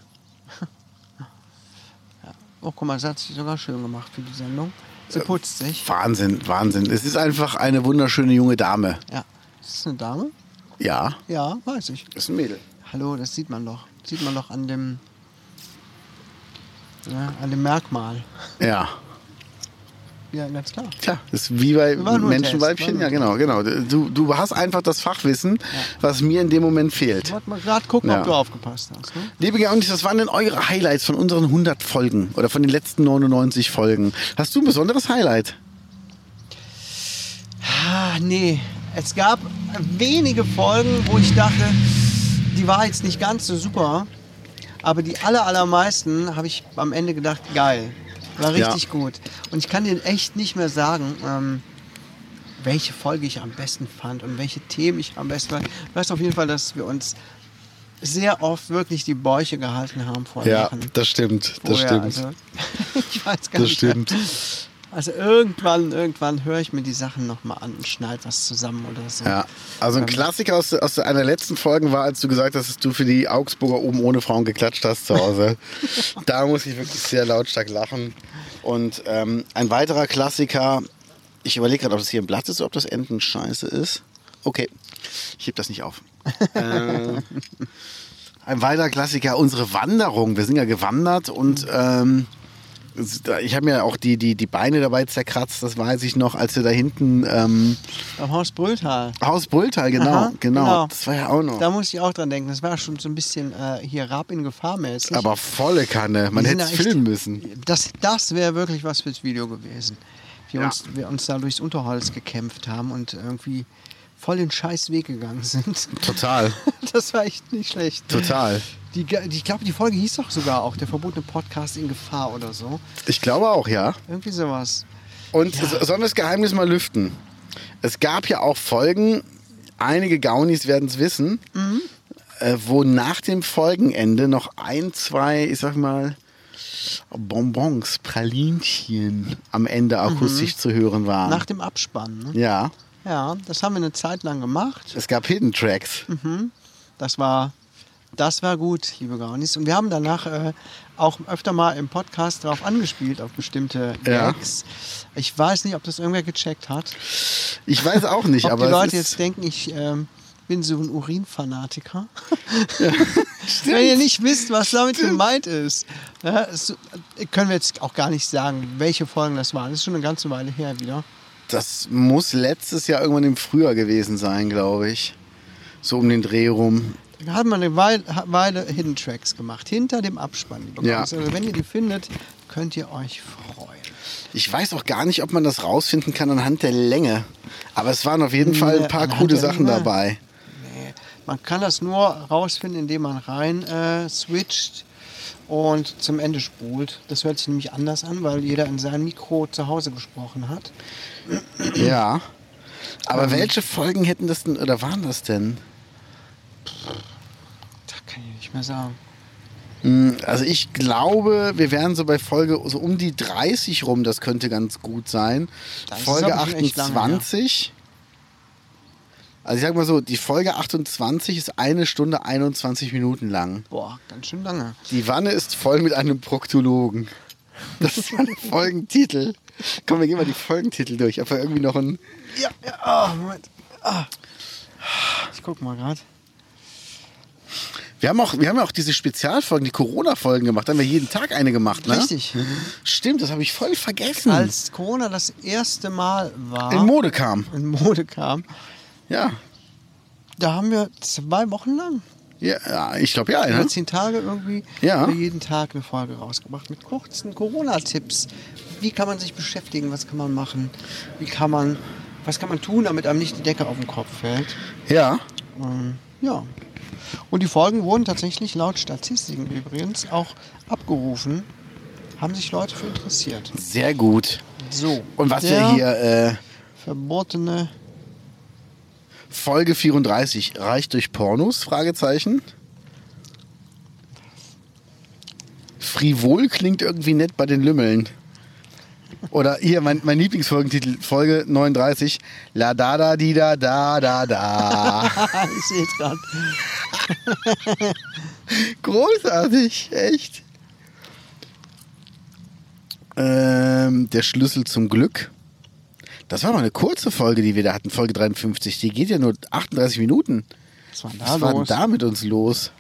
Speaker 2: Oh, guck mal, das hat sich sogar schön gemacht für die Sendung. Sie putzt sich.
Speaker 1: Wahnsinn, Wahnsinn. Es ist einfach eine wunderschöne junge Dame.
Speaker 2: Ja. Ist das eine Dame?
Speaker 1: Ja,
Speaker 2: Ja, weiß ich.
Speaker 1: ist ein Mädel.
Speaker 2: Hallo, das sieht man doch. Sieht man doch an dem, ja, an dem Merkmal.
Speaker 1: Ja.
Speaker 2: Ja, ganz klar.
Speaker 1: Tja, das ist wie bei
Speaker 2: War nur ein Test,
Speaker 1: Menschenweibchen. Ja,
Speaker 2: war
Speaker 1: genau, genau. Du, du hast einfach das Fachwissen, was mir in dem Moment fehlt.
Speaker 2: Ich wollte mal gerade gucken,
Speaker 1: Ja.
Speaker 2: ob du aufgepasst hast. Ne?
Speaker 1: Liebe Gaunis, das waren denn eure Highlights von unseren 100 Folgen oder von den letzten 99 Folgen. Hast du ein besonderes Highlight?
Speaker 2: Ah, nee. Es gab wenige Folgen, wo ich dachte, die war jetzt nicht ganz so super. Aber die aller, allermeisten habe ich am Ende gedacht, geil. War
Speaker 1: Ja.
Speaker 2: richtig gut. Und ich kann dir echt nicht mehr sagen, ähm, welche Folge ich am besten fand und welche Themen ich am besten fand. Ich weiß auf jeden Fall, dass wir uns sehr oft wirklich die Bäuche gehalten haben vor Lachen.
Speaker 1: das stimmt.
Speaker 2: Vorher, Also, [LAUGHS] ich weiß gar
Speaker 1: Das
Speaker 2: nicht.
Speaker 1: stimmt.
Speaker 2: Also irgendwann, irgendwann höre ich mir die Sachen nochmal an und schneid was zusammen oder so.
Speaker 1: Ja, also ein Klassiker aus, aus einer letzten Folgen war, als du gesagt hast, dass du für die Augsburger oben ohne Frauen geklatscht hast zu Hause. da muss ich wirklich sehr lautstark lachen. Und ähm, ein weiterer Klassiker, ich überlege gerade, ob das hier ein Blatt ist oder ob das Entenscheiße ist. Okay, ich heb das nicht auf. äh, ein weiterer Klassiker, unsere Wanderung. Wir sind ja gewandert und ähm, ich habe mir auch die, die, die Beine dabei zerkratzt, das weiß ich noch, als wir da hinten... Ähm,
Speaker 2: Am Haus Brülltal.
Speaker 1: Haus Brülltal, genau,
Speaker 2: Aha,
Speaker 1: genau.
Speaker 2: genau.
Speaker 1: Das war ja auch noch.
Speaker 2: Da muss ich auch dran denken. Das war schon so ein bisschen äh, hier Rab in Gefahr mäßig.
Speaker 1: Aber volle Kanne. Man
Speaker 2: Wir sind
Speaker 1: hätte es
Speaker 2: da echt-
Speaker 1: filmen müssen.
Speaker 2: Das, das wäre wirklich was fürs Video gewesen. Wir,
Speaker 1: Ja.
Speaker 2: uns, wir uns da durchs Unterholz gekämpft haben und irgendwie voll den scheiß Weg gegangen sind. [LAUGHS]
Speaker 1: Total,
Speaker 2: Das war echt nicht schlecht.
Speaker 1: total.
Speaker 2: Die, ge- die, ich glaube, die Folge hieß doch sogar auch der verbotene Podcast in Gefahr oder so.
Speaker 1: Ich glaube auch, ja.
Speaker 2: Irgendwie sowas.
Speaker 1: Und so- sollen wir das Geheimnis mal lüften? Es gab ja auch Folgen, einige Gaunis werden es wissen,
Speaker 2: Mhm.
Speaker 1: äh, wo nach dem Folgenende noch ein, zwei, ich sag mal, Bonbons, Pralinchen am Ende akustisch zu hören waren.
Speaker 2: Mhm. Nach dem Abspann. Ne?
Speaker 1: ja,
Speaker 2: Ja, das haben wir eine Zeit lang gemacht.
Speaker 1: es gab Hidden Tracks.
Speaker 2: Das war, das war gut, liebe Gaunis. Und wir haben danach äh, auch öfter mal im Podcast drauf angespielt, auf bestimmte
Speaker 1: Ja.
Speaker 2: Gags. Ich weiß nicht, ob das irgendwer gecheckt hat.
Speaker 1: Ich weiß auch nicht,
Speaker 2: Ob
Speaker 1: aber
Speaker 2: die
Speaker 1: es
Speaker 2: Leute
Speaker 1: ist-
Speaker 2: jetzt denken, ich ähm, bin so ein Urinfanatiker. [LAUGHS] Wenn ihr nicht wisst, was damit gemeint ist, ja, es, können wir jetzt auch gar nicht sagen, welche Folgen das waren. Das ist schon eine ganze Weile her wieder.
Speaker 1: das muss letztes Jahr irgendwann im Frühjahr gewesen sein, glaube ich. So um den Dreh rum.
Speaker 2: Da hat man eine Weile, Weile Hidden Tracks gemacht, hinter dem Abspann. liebe
Speaker 1: Ja.
Speaker 2: Gaunis. Also wenn ihr die findet, könnt ihr euch freuen.
Speaker 1: Ich weiß auch gar nicht, ob man das rausfinden kann anhand der Länge. Aber es waren auf jeden Fall ein paar
Speaker 2: anhand
Speaker 1: coole
Speaker 2: der
Speaker 1: Sachen
Speaker 2: Länge.
Speaker 1: dabei.
Speaker 2: Nee. Man kann das nur rausfinden, indem man rein äh, switcht und zum Ende spult. Das hört sich nämlich anders an, weil jeder in sein Mikro zu Hause gesprochen hat.
Speaker 1: Ja. Aber
Speaker 2: Ähm.
Speaker 1: welche Folgen hätten das denn oder waren das denn?
Speaker 2: Da kann ich nicht mehr sagen.
Speaker 1: Hm, Also ich glaube, wir wären so bei Folge so um die 30 rum, das könnte ganz gut sein.
Speaker 2: Das ist
Speaker 1: Folge
Speaker 2: aber schon echt lange,
Speaker 1: 28. Also ich sag mal so, die Folge 28 ist eine Stunde 21 Minuten lang.
Speaker 2: Boah, ganz schön lange.
Speaker 1: Die Wanne ist voll mit einem Proktologen. Das ist [LAUGHS] ein Folgentitel. Komm, wir gehen mal die Folgentitel durch. Ob wir irgendwie noch ein.
Speaker 2: Ja, ja, oh, Moment. Ah. Ich guck mal gerade.
Speaker 1: Wir haben auch, wir haben ja auch diese Spezialfolgen, die Corona-Folgen gemacht. Da haben wir jeden Tag eine gemacht, ne?
Speaker 2: Richtig.
Speaker 1: Stimmt, das habe ich voll vergessen.
Speaker 2: Als Corona das erste Mal war,
Speaker 1: in Mode kam.
Speaker 2: in Mode kam,
Speaker 1: Ja.
Speaker 2: da haben wir zwei Wochen lang
Speaker 1: Ja, ja ich glaube ja, ne?
Speaker 2: Über zehn Tage irgendwie
Speaker 1: Ja.
Speaker 2: haben wir jeden Tag eine Folge rausgebracht mit kurzen Corona-Tipps. Wie kann man sich beschäftigen? Was kann man machen? Wie kann man, was kann man tun, damit einem nicht die Decke auf den Kopf fällt?
Speaker 1: Ja.
Speaker 2: Ähm, ja. Und die Folgen wurden tatsächlich laut Statistiken übrigens auch abgerufen. Haben sich Leute für interessiert.
Speaker 1: Sehr gut.
Speaker 2: So.
Speaker 1: Und was
Speaker 2: der
Speaker 1: wir hier, äh,
Speaker 2: Verbotene. [LAUGHS]
Speaker 1: Folge 34, reicht durch Pornos? Fragezeichen. Frivol klingt irgendwie nett bei den Lümmeln. Oder hier, mein, mein Lieblingsfolgentitel, Folge 39, La da da di da da da da.
Speaker 2: Ah, ich sehe es gerade.
Speaker 1: Großartig, echt. Ähm, der Schlüssel zum Glück. Das war mal eine kurze Folge, die wir da hatten, Folge 53. Die geht ja nur 38 Minuten.
Speaker 2: Was war denn da
Speaker 1: Was war denn
Speaker 2: los?
Speaker 1: da mit uns los?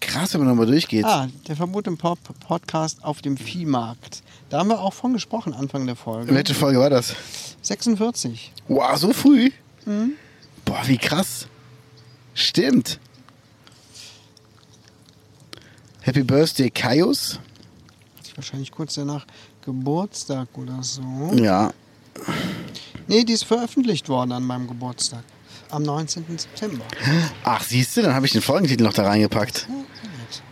Speaker 1: Krass, wenn man nochmal durchgeht.
Speaker 2: Ah, der verbotene Pop Podcast auf dem Viehmarkt. Da haben wir auch von gesprochen Anfang der Folge.
Speaker 1: Welche Folge war das?
Speaker 2: 46.
Speaker 1: Wow, so früh?
Speaker 2: Mhm.
Speaker 1: Boah, wie krass. Stimmt. Happy Birthday, Kaius.
Speaker 2: Wahrscheinlich kurz danach Geburtstag oder so.
Speaker 1: Ja.
Speaker 2: Nee, die ist veröffentlicht worden an meinem Geburtstag. Am 19. September.
Speaker 1: Ach, siehst du, dann habe ich den Folgentitel noch da reingepackt.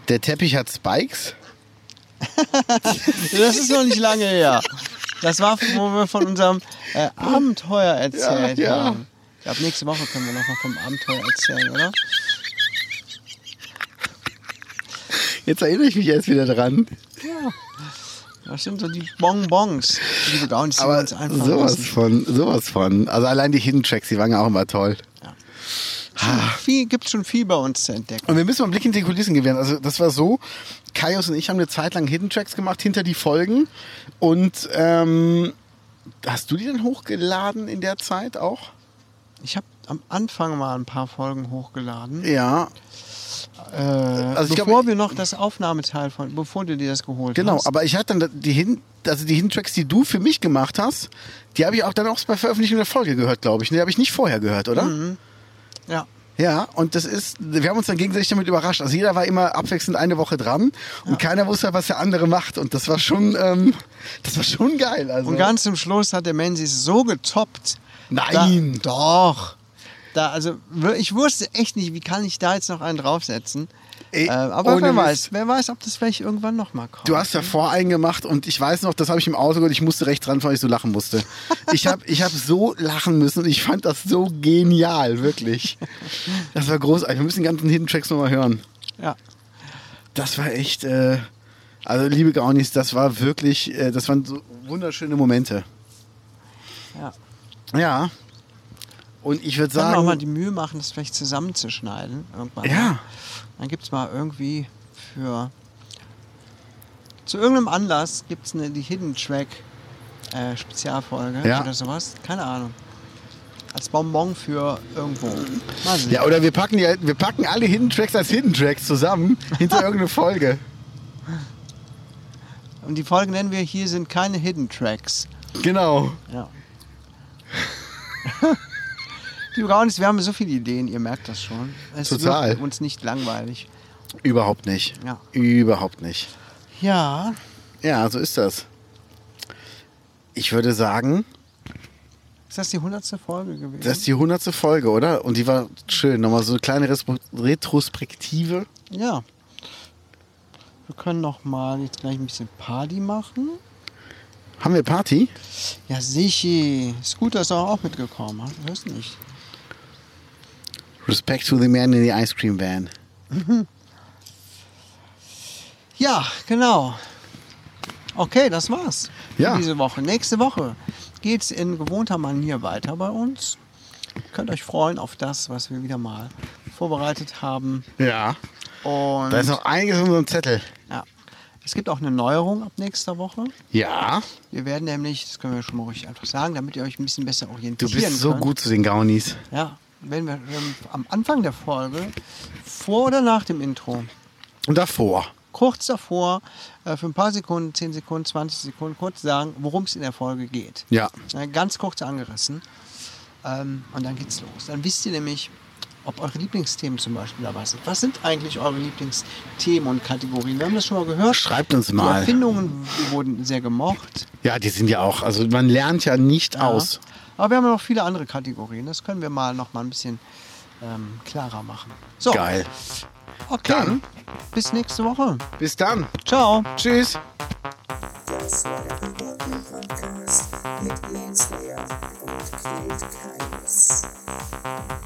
Speaker 1: Der Teppich hat Spikes.
Speaker 2: Das ist noch nicht lange her. Das war, wo wir von unserem äh, Abenteuer erzählt
Speaker 1: Ja, ja.
Speaker 2: haben. Ich glaube, nächste Woche können wir nochmal vom Abenteuer erzählen, oder?
Speaker 1: Jetzt erinnere ich mich erst wieder dran.
Speaker 2: Das sind so die Bonbons. Liebe Gaunis, die wir
Speaker 1: Aber
Speaker 2: uns einfach
Speaker 1: sowas
Speaker 2: lassen.
Speaker 1: von, sowas von. Also allein die Hidden Tracks, die waren ja auch immer toll. Ah.
Speaker 2: Viel, gibt schon viel bei uns zu entdecken.
Speaker 1: Und wir müssen mal einen Blick hinter die Kulissen gewähren. Also das war so, Kaius und ich haben eine Zeit lang Hidden Tracks gemacht hinter die Folgen. Und ähm, hast du die dann hochgeladen in der Zeit auch?
Speaker 2: Ich habe am Anfang mal ein paar Folgen hochgeladen.
Speaker 1: Ja,
Speaker 2: Äh, also
Speaker 1: ich
Speaker 2: bevor
Speaker 1: glaube-
Speaker 2: wir noch das Aufnahmeteil von, bevor du dir das geholt
Speaker 1: genau.
Speaker 2: hast.
Speaker 1: Aber ich hatte dann die Hidden, also die Hidden Tracks, die du für mich gemacht hast, die habe ich auch dann auch bei Veröffentlichung der Folge gehört, glaube ich. Die habe ich nicht vorher gehört, oder?
Speaker 2: Mhm. Ja.
Speaker 1: Ja, und das ist, wir haben uns dann gegenseitig damit überrascht. Also jeder war immer abwechselnd eine Woche dran und keiner wusste, was der andere macht. Und das war schon, ähm, [LAUGHS] das war schon geil. Also.
Speaker 2: Und ganz zum Schluss hat der Menzi es so getoppt.
Speaker 1: Nein.
Speaker 2: Da, doch. Da, also, wir- ich wusste echt nicht, wie kann ich da jetzt noch einen draufsetzen.
Speaker 1: Ey,
Speaker 2: äh, aber
Speaker 1: ohne
Speaker 2: wer
Speaker 1: Mist.
Speaker 2: weiß, wer weiß, ob das vielleicht irgendwann nochmal kommt.
Speaker 1: Du hast ja voreingemacht und ich weiß noch, das habe ich im Auto gehört, ich musste rechts ranfahren, weil ich so lachen musste. Ich habe ich hab so lachen müssen und ich fand das so genial, wirklich. Das war großartig. Wir müssen die ganzen Hidden Tracks nochmal hören.
Speaker 2: ja.
Speaker 1: Das war echt, äh, Also liebe Gaunis, das war wirklich, äh, das waren so wunderschöne Momente.
Speaker 2: Ja.
Speaker 1: Ja. Und ich würde
Speaker 2: Können wir auch mal
Speaker 1: sagen,
Speaker 2: die Mühe machen, das vielleicht zusammenzuschneiden. Irgendwann.
Speaker 1: ja,
Speaker 2: Dann gibt es mal irgendwie für. Zu irgendeinem Anlass gibt es eine die Hidden Track äh, Spezialfolge
Speaker 1: Ja.
Speaker 2: oder sowas. Keine Ahnung. Als Bonbon für irgendwo. Mal sehen.
Speaker 1: ja, oder wir packen, die, wir packen alle Hidden Tracks als Hidden Tracks zusammen
Speaker 2: [LAUGHS]
Speaker 1: hinter irgendeine Folge.
Speaker 2: Und die Folge nennen wir hier sind keine Hidden Tracks.
Speaker 1: Genau. [LAUGHS]
Speaker 2: Ja. Liebe Gaunis, wir haben so viele Ideen, ihr merkt das schon. Es
Speaker 1: Total.
Speaker 2: wird uns nicht langweilig.
Speaker 1: Überhaupt nicht.
Speaker 2: Ja.
Speaker 1: Überhaupt nicht.
Speaker 2: Ja,
Speaker 1: Ja, so ist das. Ich würde sagen,
Speaker 2: ist das die hundertste Folge gewesen?
Speaker 1: das ist die hundertste Folge, oder? Und die war schön. Nochmal so eine kleine Respo- Retrospektive.
Speaker 2: ja. Wir können noch mal jetzt gleich ein bisschen Party machen.
Speaker 1: Haben wir Party?
Speaker 2: Ja, sicher. Scooter ist doch auch mitgekommen. Hast du das nicht?
Speaker 1: Respect to the man in the ice cream van.
Speaker 2: Ja, genau. Okay, das war's
Speaker 1: Ja.
Speaker 2: für diese Woche. Nächste Woche geht's in gewohnter Manier weiter bei uns. Könnt euch freuen auf das, was wir wieder mal vorbereitet haben.
Speaker 1: Ja.
Speaker 2: Und
Speaker 1: Da ist noch einiges in unserem Zettel.
Speaker 2: ja, es gibt auch eine Neuerung ab nächster Woche.
Speaker 1: Ja.
Speaker 2: Wir werden nämlich, das können wir schon mal ruhig einfach sagen, damit ihr euch ein bisschen besser
Speaker 1: Du
Speaker 2: orientieren
Speaker 1: bist so
Speaker 2: könnt.
Speaker 1: gut zu den Gaunis.
Speaker 2: Ja, wenn wir ähm, am Anfang der Folge, vor oder nach dem Intro,
Speaker 1: Und davor.
Speaker 2: kurz davor, äh, für ein paar Sekunden, 10 Sekunden, 20 Sekunden, kurz sagen, worum es in der Folge geht.
Speaker 1: Ja.
Speaker 2: Äh, ganz kurz angerissen. Ähm, und dann geht's los. Dann wisst ihr nämlich, ob eure Lieblingsthemen zum Beispiel dabei sind. Was sind eigentlich eure Lieblingsthemen und Kategorien? Wir haben das schon mal gehört.
Speaker 1: Schreibt uns
Speaker 2: Die
Speaker 1: mal.
Speaker 2: Erfindungen wurden sehr gemocht.
Speaker 1: Ja, die sind ja auch. Also man lernt ja nicht aus.
Speaker 2: Ja. Aber wir haben noch viele andere Kategorien. Das können wir mal noch mal ein bisschen ähm, klarer machen. So,
Speaker 1: Geil.
Speaker 2: okay.
Speaker 1: Dann.
Speaker 2: Bis nächste Woche.
Speaker 1: Bis dann.
Speaker 2: Ciao.
Speaker 1: Tschüss.
Speaker 4: Das war der Verbotene Podcast mit Lance Meyer und Knut Kreis.